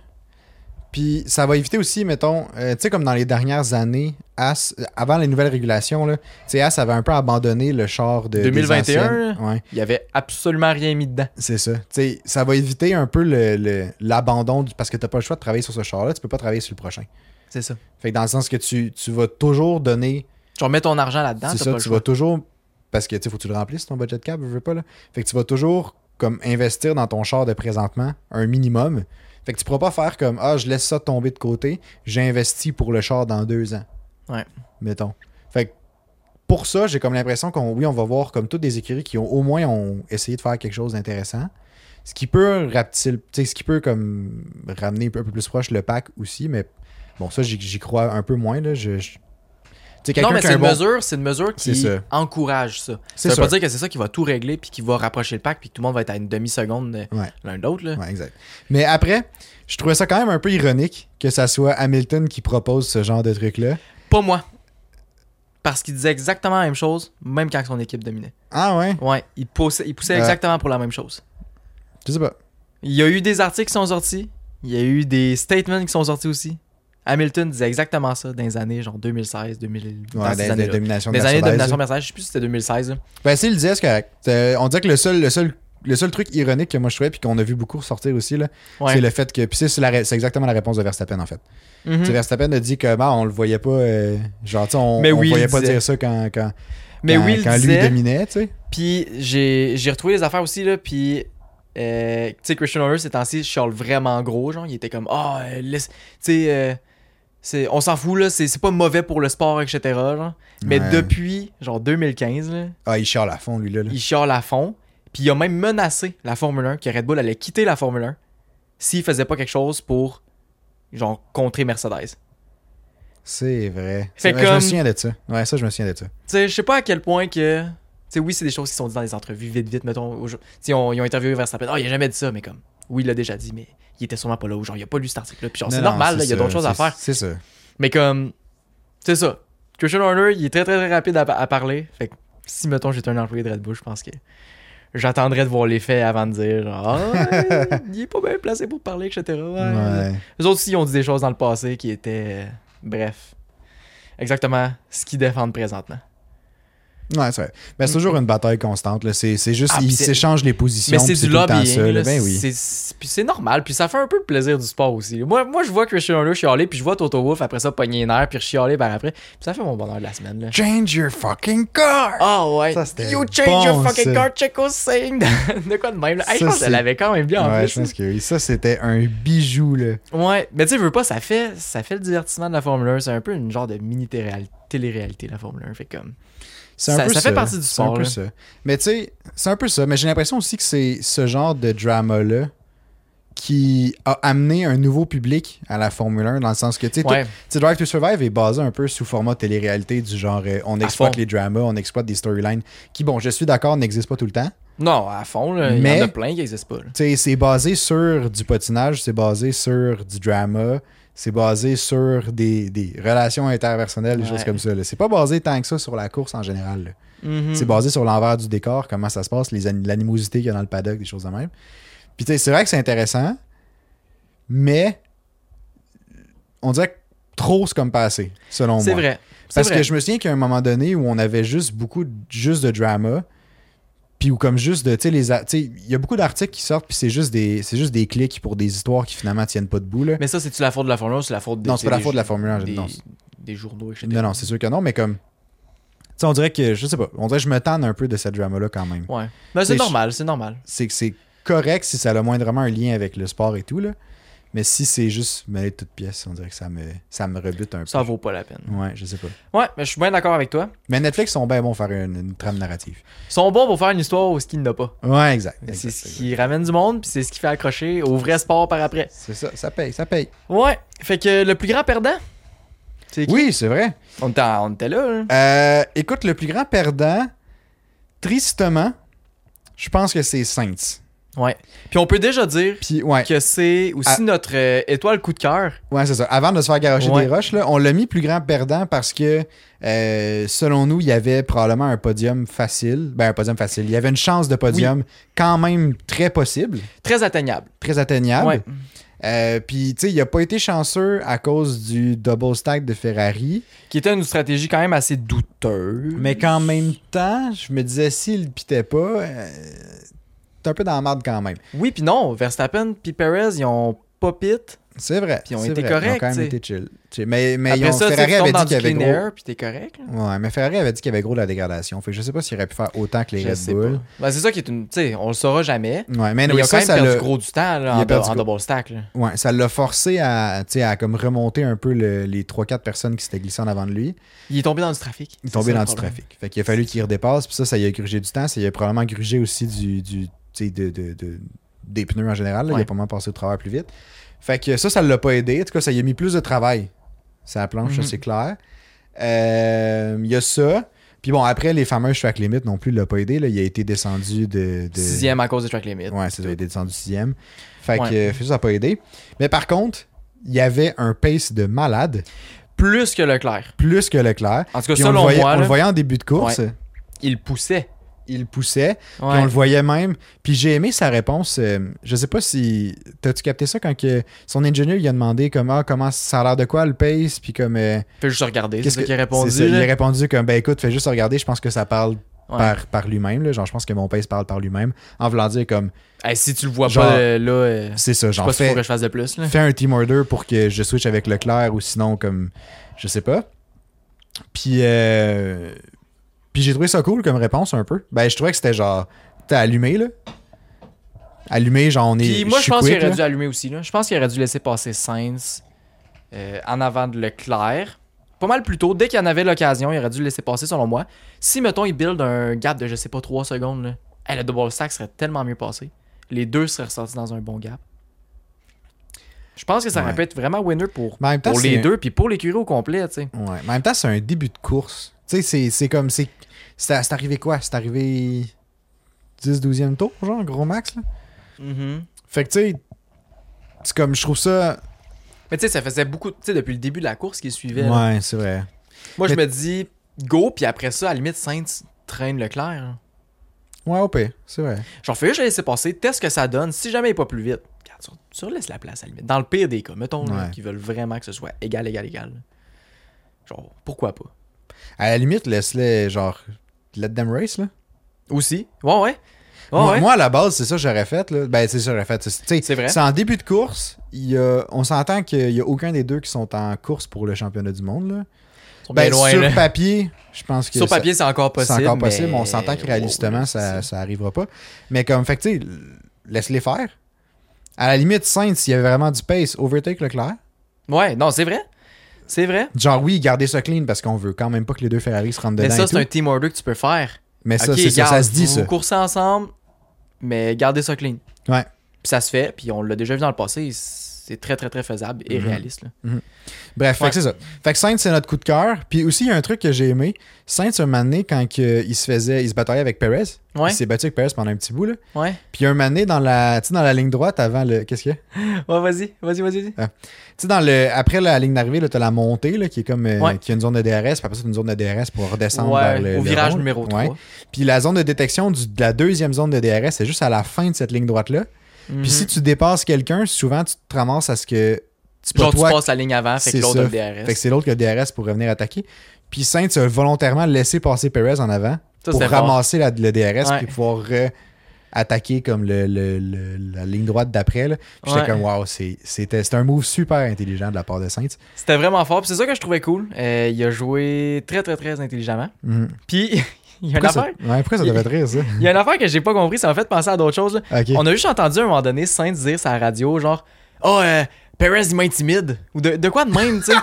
Speaker 3: Puis ça va éviter aussi, mettons, euh, tu sais, comme dans les dernières années, As, euh, avant les nouvelles régulations, là, tu sais, As avait un peu abandonné le char de. des
Speaker 1: 2021,
Speaker 3: anciennes. Ouais,
Speaker 1: Il y avait absolument rien mis dedans.
Speaker 3: c'est ça. Tu sais, ça va éviter un peu le- le- l'abandon du- parce que t'as pas le choix de travailler sur ce char-là, tu peux pas travailler sur le prochain.
Speaker 1: C'est ça.
Speaker 3: Fait que dans le sens que tu, tu vas toujours donner
Speaker 1: Genre mets ton argent là-dedans,
Speaker 3: C'est
Speaker 1: t'as
Speaker 3: ça,
Speaker 1: pas
Speaker 3: tu
Speaker 1: le
Speaker 3: vas
Speaker 1: choix.
Speaker 3: toujours. Parce que tu sais, faut que tu le remplisses ton budget de cap, je veux pas là. Fait que tu vas toujours comme investir dans ton char de présentement un minimum. Fait que tu pourras pas faire comme Ah, je laisse ça tomber de côté, j'investis pour le char dans deux ans.
Speaker 1: Ouais.
Speaker 3: Mettons. Fait que pour ça, j'ai comme l'impression qu'on oui, on va voir comme toutes des écuries qui ont au moins ont essayé de faire quelque chose d'intéressant. Ce qui peut rapetir- tu sais, ce qui peut comme ramener un peu plus proche le pack aussi, mais bon, ça j'y- j'y crois un peu moins. Là. Je, je- Tu sais,
Speaker 1: Non,
Speaker 3: quelqu'un
Speaker 1: mais
Speaker 3: qui
Speaker 1: c'est
Speaker 3: a un
Speaker 1: une,
Speaker 3: bon-
Speaker 1: mesure, c'est une mesure qui
Speaker 3: C'est ça.
Speaker 1: encourage ça. Ça
Speaker 3: C'est
Speaker 1: veut pas
Speaker 3: sûr.
Speaker 1: dire que c'est ça qui va tout régler puis qui va rapprocher le pack puis que tout le monde va être à une demi-seconde euh,
Speaker 3: Ouais.
Speaker 1: l'un de l'autre. là.
Speaker 3: Ouais, exact. Mais après, je trouvais ça quand même un peu ironique que ça soit Hamilton qui propose ce genre de truc-là.
Speaker 1: Pas moi. Parce qu'il disait exactement la même chose, même quand son équipe dominait.
Speaker 3: Ah ouais?
Speaker 1: Ouais, il poussait, il poussait
Speaker 3: Euh.
Speaker 1: exactement pour la même chose.
Speaker 3: Je sais pas.
Speaker 1: Il y a eu des articles qui sont sortis. Il y a eu des statements qui sont sortis aussi. Hamilton disait exactement ça dans les années genre 2016, 2000. dans
Speaker 3: Ouais,
Speaker 1: ces
Speaker 3: des, des
Speaker 1: années-là.
Speaker 3: dominations
Speaker 1: Des années de
Speaker 3: Mercedes,
Speaker 1: domination
Speaker 3: là.
Speaker 1: Mercedes, je sais plus si c'était 2016. là.
Speaker 3: Ben, s'il le disait, c'est correct. Euh, on dirait que le seul, le seul, le seul truc ironique que moi je trouvais, puis qu'on a vu beaucoup ressortir aussi, là,
Speaker 1: Ouais.
Speaker 3: c'est le fait que. Puis c'est, c'est la ré- c'est exactement la réponse de Verstappen, en fait.
Speaker 1: Mhm.
Speaker 3: Tu sais, Verstappen a dit que, bah, on le voyait pas. euh, genre, tu sais, on,
Speaker 1: Mais
Speaker 3: on
Speaker 1: oui, il
Speaker 3: voyait pas
Speaker 1: disait.
Speaker 3: dire ça quand, quand,
Speaker 1: Mais
Speaker 3: quand-
Speaker 1: oui, il
Speaker 3: quand lui
Speaker 1: disait.
Speaker 3: dominait, tu sais.
Speaker 1: Puis j'ai j'ai retrouvé les affaires aussi, là. Puis, euh, tu sais, Christian Horner, ces temps-ci, chiale vraiment gros. Genre, il était comme, ah, euh, laisse. Tu sais, euh, c'est- on s'en fout, là. C'est c'est pas mauvais pour le sport, etc. genre. Mais
Speaker 3: Ouais.
Speaker 1: depuis, genre, 2015, là,
Speaker 3: Ah, il chiale à fond, lui, là. là.
Speaker 1: il chiale à fond. Puis il a même menacé la Formule 1 que Red Bull allait quitter la Formule 1 s'il faisait pas quelque chose pour genre contrer Mercedes.
Speaker 3: C'est vrai.
Speaker 1: Fait
Speaker 3: C'est vrai, Je me
Speaker 1: comme-
Speaker 3: souviens de ça. Ouais, ça, je me souviens de ça.
Speaker 1: Tu sais, je sais pas à quel point que. Tu sais, oui, c'est des choses qui sont dites dans les entrevues, vite, vite, mettons. au- Tu sais, on- ils ont interviewé Verstappen. Ah, il a jamais dit ça, mais comme. Oui, il l'a déjà dit, mais il était sûrement pas là, ou genre, il a pas lu cet article-là. Puis genre,
Speaker 3: Non,
Speaker 1: c'est
Speaker 3: non,
Speaker 1: normal,
Speaker 3: c'est
Speaker 1: là, il y a
Speaker 3: ça,
Speaker 1: d'autres choses à
Speaker 3: c'est-
Speaker 1: faire.
Speaker 3: C'est ça.
Speaker 1: Mais comme. C'est ça. Christian Horner, il est très, très, très rapide à, à parler. Fait que si, mettons, j'étais un employé de Red Bull, je pense que. J'attendrais de voir les faits avant de dire, genre, Ah, il est pas bien placé pour parler, etc. Ouais.
Speaker 3: Ouais.
Speaker 1: Les autres aussi ils ont dit des choses dans le passé qui étaient. euh, Bref. Exactement ce qu'ils défendent présentement.
Speaker 3: Ouais, c'est vrai. Mais c'est toujours une bataille constante. là. C'est c'est juste,
Speaker 1: Ah, puis
Speaker 3: ils
Speaker 1: c'est-
Speaker 3: s'échangent les positions.
Speaker 1: Mais c'est
Speaker 3: puis
Speaker 1: du
Speaker 3: tout le temps
Speaker 1: lobbying.
Speaker 3: ça, là.
Speaker 1: là,
Speaker 3: Ben oui.
Speaker 1: c'est- c'est- Puis c'est normal. Puis ça fait un peu le plaisir du sport aussi. Moi, moi je vois Christian Horner chialer, puis je vois Toto Wolff après ça pogner les nerfs, puis chialer par après. Puis ça fait mon bonheur de la semaine. Là.
Speaker 3: Change your fucking car!
Speaker 1: Ah ouais.
Speaker 3: Ça, c'était
Speaker 1: you change
Speaker 3: bon,
Speaker 1: your fucking
Speaker 3: ça.
Speaker 1: car, Checo Singh. de quoi de même. Là. Hey, je
Speaker 3: Ça,
Speaker 1: pense qu'elle
Speaker 3: c'est-
Speaker 1: l'avait quand même bien Ah, en
Speaker 3: Ouais,
Speaker 1: plus. hein.
Speaker 3: je pense que oui. Ça, c'était un bijou, là.
Speaker 1: Ouais, mais tu sais, je veux pas, ça fait, ça fait le divertissement de la Formule 1. C'est un peu une genre de mini téléréal- télé-réalité, la Formule 1. Fait comme.
Speaker 3: C'est un
Speaker 1: Ça-
Speaker 3: peu
Speaker 1: ça fait partie du
Speaker 3: C'est
Speaker 1: sport,
Speaker 3: un peu
Speaker 1: là.
Speaker 3: ça. Mais tu sais, c'est un peu ça. Mais j'ai l'impression aussi que c'est ce genre de drama-là qui a amené un nouveau public à la Formule 1 dans le sens que tu sais,
Speaker 1: Ouais.
Speaker 3: tout- tu sais, Drive to Survive est basé un peu sous format télé-réalité du genre euh, on exploite
Speaker 1: fond.
Speaker 3: les dramas, on exploite des storylines qui, bon, je suis d'accord, n'existent pas tout le temps.
Speaker 1: Non, à fond, là, il y
Speaker 3: Mais-
Speaker 1: en a plein qui n'existent pas. là.
Speaker 3: Tu sais, c'est basé sur du patinage, c'est basé sur du drama, c'est basé sur des, des relations interpersonnelles, des
Speaker 1: Ouais.
Speaker 3: choses comme ça. là. C'est pas basé tant que ça sur la course en général. là.
Speaker 1: Mhm.
Speaker 3: C'est basé sur l'envers du décor, comment ça se passe, les ani- l'animosité qu'il y a dans le paddock, des choses de même. Puis tu sais, c'est vrai que c'est intéressant, mais on dirait que trop c'est comme passé, selon moi.
Speaker 1: C'est vrai. C'est
Speaker 3: Parce
Speaker 1: vrai.
Speaker 3: que je me souviens qu'à un moment donné où on avait juste beaucoup de, juste de drama, puis où comme juste de, tu sais, les a- tu sais, il y a beaucoup d'articles qui sortent, puis c'est juste des, c'est juste des clics pour des histoires qui finalement tiennent pas debout là.
Speaker 1: Mais ça, c'est-tu la faute de la Formule 1 c'est la faute des.
Speaker 3: non, c'est pas la
Speaker 1: des-
Speaker 3: faute de la Formule 1.
Speaker 1: des,
Speaker 3: non,
Speaker 1: des journaux, etc.
Speaker 3: non, non, c'est sûr que non, mais comme, tu sais, on dirait que, je sais pas, on dirait que je me tanne un peu de cette drama là quand même.
Speaker 1: Ouais. Mais c'est
Speaker 3: Mais je-
Speaker 1: normal, c'est normal.
Speaker 3: c'est que c'est correct si ça a moindrement un lien avec le sport et tout, là. Mais si c'est juste mêler de toutes pièces, on dirait que ça me, ça me rebute un peu.
Speaker 1: Ça vaut pas la peine.
Speaker 3: Ouais, je sais pas.
Speaker 1: Ouais, mais je suis bien d'accord avec toi.
Speaker 3: Mais Netflix sont bien bons pour faire une, une trame narrative.
Speaker 1: Ils sont bons pour faire une histoire où ce qu'il n'a pas.
Speaker 3: Ouais, exact.
Speaker 1: Mais
Speaker 3: exact,
Speaker 1: C'est ce
Speaker 3: exact.
Speaker 1: qui ramène du monde, puis c'est ce qui fait accrocher au vrai sport par après.
Speaker 3: C'est ça, ça paye, ça paye.
Speaker 1: Ouais, fait que le plus grand perdant, c'est qui?
Speaker 3: Oui, c'est vrai.
Speaker 1: On était, en- on était là. hein.
Speaker 3: Euh, écoute, le plus grand perdant, tristement, je pense que c'est Saints.
Speaker 1: Ouais. Puis on peut déjà dire
Speaker 3: Puis, ouais,
Speaker 1: que c'est aussi
Speaker 3: Ah.
Speaker 1: notre euh, étoile coup de cœur.
Speaker 3: ouais c'est ça. Avant de se faire garocher
Speaker 1: Ouais.
Speaker 3: des roches, là, on l'a mis plus grand perdant parce que, euh, selon nous, il y avait probablement un podium facile. Ben, un podium facile. Il y avait une chance de podium quand même très possible,
Speaker 1: Très atteignable.
Speaker 3: très atteignable.
Speaker 1: Ouais.
Speaker 3: Euh, Puis, tu sais, il n'a pas été chanceux à cause du double stack de Ferrari.
Speaker 1: Qui était une stratégie quand même assez douteuse.
Speaker 3: Mais qu'en même temps, je me disais, s'il ne pitait pas, euh, t'es un peu dans la merde quand même.
Speaker 1: Oui, puis non. Verstappen puis Perez, ils ont pas pit.
Speaker 3: C'est vrai.
Speaker 1: Puis ils ont
Speaker 3: c'est
Speaker 1: été
Speaker 3: vrai.
Speaker 1: corrects,
Speaker 3: Ils ont quand même
Speaker 1: t'sais.
Speaker 3: été chill. T'sais, Mais, mais ils
Speaker 1: Après
Speaker 3: ont-
Speaker 1: ça, tu sais,
Speaker 3: Ferrari
Speaker 1: tu tombes
Speaker 3: avait
Speaker 1: dans
Speaker 3: dit
Speaker 1: du
Speaker 3: qu'il y avait
Speaker 1: clean
Speaker 3: gros.
Speaker 1: air, puis t'es correct. là.
Speaker 3: Ouais, mais Ferrari avait dit qu'il y avait gros de la dégradation. Fait que je sais pas s'il aurait pu faire autant que les
Speaker 1: Je sais
Speaker 3: Red Bull.
Speaker 1: pas. Ben, c'est ça qui est une. Tu sais, on le saura jamais.
Speaker 3: Ouais, mais
Speaker 1: Mais
Speaker 3: anyway,
Speaker 1: il a quand
Speaker 3: ça,
Speaker 1: même
Speaker 3: ça
Speaker 1: perdu
Speaker 3: l'a-
Speaker 1: gros du temps là,
Speaker 3: Il
Speaker 1: en,
Speaker 3: a perdu
Speaker 1: en
Speaker 3: gros.
Speaker 1: double stack. là.
Speaker 3: ouais, ça l'a forcé à, tu sais, à comme remonter un peu le- les 3-4 personnes qui s'étaient glissées en avant de lui.
Speaker 1: Il est tombé dans du trafic.
Speaker 3: Il est
Speaker 1: C'est
Speaker 3: tombé
Speaker 1: ça,
Speaker 3: dans
Speaker 1: le
Speaker 3: du
Speaker 1: problème.
Speaker 3: trafic. Fait qu'il a fallu qu'il redépasse. Puis ça, ça y a grugé du temps. Ça y a probablement grugé aussi du, du, tu sais, de, de- de- des pneus en général. là. Il
Speaker 1: Ouais.
Speaker 3: a probablement passé au travers plus vite. Fait que ça, ça l'a pas aidé. En tout cas, ça y a mis plus de travail. Ça la planche, ça,
Speaker 1: Mhm.
Speaker 3: c'est clair. Euh, Il y a ça. Puis bon, après, les fameux track limit non plus l'a pas aidé. là. Il a été descendu de. de...
Speaker 1: Sixième à cause des track limits.
Speaker 3: Ouais, c'est ça, il a été descendu sixième. Fait
Speaker 1: Ouais.
Speaker 3: que euh, fait que ça n'a pas aidé. Mais par contre, il y avait un pace de malade,
Speaker 1: Plus que Leclerc.
Speaker 3: plus que Leclerc.
Speaker 1: En tout cas,
Speaker 3: Puis on le
Speaker 1: selon
Speaker 3: voyait,
Speaker 1: moi,
Speaker 3: on le
Speaker 1: là,
Speaker 3: voyait en début de course,
Speaker 1: il poussait.
Speaker 3: il poussait, puis
Speaker 1: Ouais.
Speaker 3: on le voyait même. Puis j'ai aimé sa réponse. euh, je sais pas si. T'as-tu capté ça quand que son ingénieur lui a demandé comme, ah, comment ça a l'air de quoi le pace, puis comme. euh,
Speaker 1: Fais juste regarder. C'est
Speaker 3: qu'est-ce
Speaker 1: ça qu'il a répondu.
Speaker 3: c'est ça, Il
Speaker 1: là.
Speaker 3: a répondu comme, ben écoute, fais juste regarder, je pense que ça parle.
Speaker 1: Ouais.
Speaker 3: Par, par lui-même, là. genre je pense que mon pace parle par lui-même, en voulant dire comme
Speaker 1: Hey, si tu le vois
Speaker 3: Genre-
Speaker 1: pas euh, là, euh, je sais
Speaker 3: c'est ça, genre
Speaker 1: pas s'il
Speaker 3: fais-
Speaker 1: faut que je fasse de plus. Là.
Speaker 3: fais un team order pour que je switch avec Leclerc ou sinon comme je sais pas. Puis euh, puis j'ai trouvé ça cool comme réponse un peu. Ben je trouvais que c'était genre t'as allumé là. Allumé genre on est
Speaker 1: Puis moi, je
Speaker 3: suis
Speaker 1: pense qu'il
Speaker 3: quick,
Speaker 1: aurait
Speaker 3: là.
Speaker 1: dû allumer aussi. Là. Je pense qu'il aurait dû laisser passer Sainz euh, en avant de Leclerc. Pas mal plus tôt. Dès qu'il en avait l'occasion, il aurait dû le laisser passer, selon moi. Si, mettons, il build un gap de, je sais pas, 3 secondes, là, Hey, le double stack serait tellement mieux passé. Les deux seraient ressortis dans un bon gap. Je pense que ça aurait
Speaker 3: Ouais.
Speaker 1: pu être vraiment winner pour,
Speaker 3: Mais en même temps,
Speaker 1: pour
Speaker 3: c'est
Speaker 1: les
Speaker 3: un-
Speaker 1: deux, puis pour l'écurie au complet, tu sais.
Speaker 3: Ouais. Mais en même temps, c'est un début de course. Tu sais, c'est- c'est comme. C'est c'est- c'est arrivé quoi C'est arrivé 10-12e tour, genre, gros max. là?
Speaker 1: Mm-hmm.
Speaker 3: Fait que, tu sais, c'est comme. Je trouve ça.
Speaker 1: Mais tu sais, ça faisait beaucoup, tu sais, depuis le début de la course qui suivait. là.
Speaker 3: Ouais, c'est vrai.
Speaker 1: Moi, je
Speaker 3: Mais-
Speaker 1: me dis, go, puis après ça, à la limite, Sainz traîne Leclerc. hein. là.
Speaker 3: Ouais, OP, c'est vrai.
Speaker 1: Genre, fais juste le laisser passer, teste ce que ça donne. Si jamais il n'est pas plus vite, regarde, tu, tu laisses la place à la limite. Dans le pire des cas, mettons là,
Speaker 3: Ouais.
Speaker 1: qu'ils veulent vraiment que ce soit égal, égal, égal. là. Genre, pourquoi pas?
Speaker 3: À la limite, laisse-les, genre, let them race, là.
Speaker 1: Aussi. Ouais, ouais. Ouais,
Speaker 3: moi,
Speaker 1: ouais.
Speaker 3: moi, à la base, c'est ça que j'aurais fait, là. Ben, c'est ça que j'aurais fait. C'est tu sais,
Speaker 1: C'est vrai.
Speaker 3: c'est en début de course. il y a- on s'entend qu'il n'y a aucun des deux qui sont en course pour le championnat du monde, là.
Speaker 1: Ils sont bien
Speaker 3: Ben,
Speaker 1: loin,
Speaker 3: sur
Speaker 1: là.
Speaker 3: papier, je pense que.
Speaker 1: Sur
Speaker 3: ça-
Speaker 1: papier, c'est encore possible.
Speaker 3: C'est encore possible,
Speaker 1: mais-
Speaker 3: on s'entend que réalistement,
Speaker 1: Wow,
Speaker 3: ça,
Speaker 1: c'est
Speaker 3: ça arrivera pas. Mais comme, fait que, tu sais, laisse-les faire. À la limite, Saints, s'il y avait vraiment du pace, overtake Leclerc.
Speaker 1: Ouais, non, c'est vrai. C'est vrai.
Speaker 3: Genre, oui, garder ça clean parce qu'on veut quand même pas que les deux Ferrari se rentrent dedans.
Speaker 1: Mais ça,
Speaker 3: et
Speaker 1: c'est un
Speaker 3: tout.
Speaker 1: team order que tu peux faire.
Speaker 3: Mais ça,
Speaker 1: Ok,
Speaker 3: c'est ça, ça
Speaker 1: garde,
Speaker 3: se dit,
Speaker 1: vous
Speaker 3: ça.
Speaker 1: coursez ensemble, mais gardez ça clean.
Speaker 3: Ouais.
Speaker 1: Puis ça se fait, puis on l'a déjà vu dans le passé, c'est très, très, très faisable et
Speaker 3: Mhm.
Speaker 1: réaliste. là.
Speaker 3: Bref, fait
Speaker 1: Ouais.
Speaker 3: que c'est ça. Fait que Sainz, c'est notre coup de cœur. Puis aussi, il y a un truc que j'ai aimé. Sainz, un moment donné, quand que euh, il se faisait, il se bataillait avec Perez.
Speaker 1: Ouais.
Speaker 3: Il s'est battu avec Perez pendant un petit bout, là.
Speaker 1: Ouais.
Speaker 3: Puis un moment donné, dans la, tu sais, dans la ligne droite avant le. Qu'est-ce qu'il y a
Speaker 1: Ouais, vas-y, vas-y, vas-y. vas-y.
Speaker 3: Tu sais, dans le, après la ligne d'arrivée, là, t'as la montée, là, qui est comme, euh,
Speaker 1: Ouais.
Speaker 3: qui a une zone de DRS, puis après ça, t'as une zone de DRS pour redescendre
Speaker 1: Ouais,
Speaker 3: vers le,
Speaker 1: au
Speaker 3: le
Speaker 1: virage
Speaker 3: rond.
Speaker 1: numéro 3.
Speaker 3: Ouais. Puis la zone de détection du- de la deuxième zone de DRS, c'est juste à la fin de cette ligne droite-là.
Speaker 1: Mhm.
Speaker 3: Puis si tu dépasses quelqu'un, souvent, tu te ramasses à ce que c'est pas
Speaker 1: Genre,
Speaker 3: toi
Speaker 1: tu passes la ligne avant, fait que
Speaker 3: c'est
Speaker 1: l'autre
Speaker 3: ça.
Speaker 1: a le DRS.
Speaker 3: Fait que c'est l'autre qui a le DRS pour revenir attaquer. Puis Saint a volontairement laissé passer Perez en avant
Speaker 1: Ça,
Speaker 3: pour
Speaker 1: c'est fort.
Speaker 3: ramasser la- le DRS
Speaker 1: Ouais.
Speaker 3: puis pouvoir euh, attaquer comme le, le- le- la ligne droite d'après. là. Puis J'étais
Speaker 1: Ouais.
Speaker 3: comme, wow, c'est- c'était c'était un move super intelligent de la part de Saint.
Speaker 1: C'était vraiment fort, puis c'est ça que je trouvais cool. Euh, il a joué très, très, très intelligemment. Puis, il y a une
Speaker 3: Hmm. Pourquoi, ça,
Speaker 1: affaire.
Speaker 3: ouais, pourquoi ça
Speaker 1: Il-
Speaker 3: devait te rire, ça?
Speaker 1: Il y a une affaire que j'ai pas compris, ça m'a fait penser à d'autres choses. là.
Speaker 3: Ok.
Speaker 1: On a juste entendu à un moment donné Saint dire sa radio, genre Oh, euh, Perez, il m'intimide. Ou de, de quoi de même, tu sais.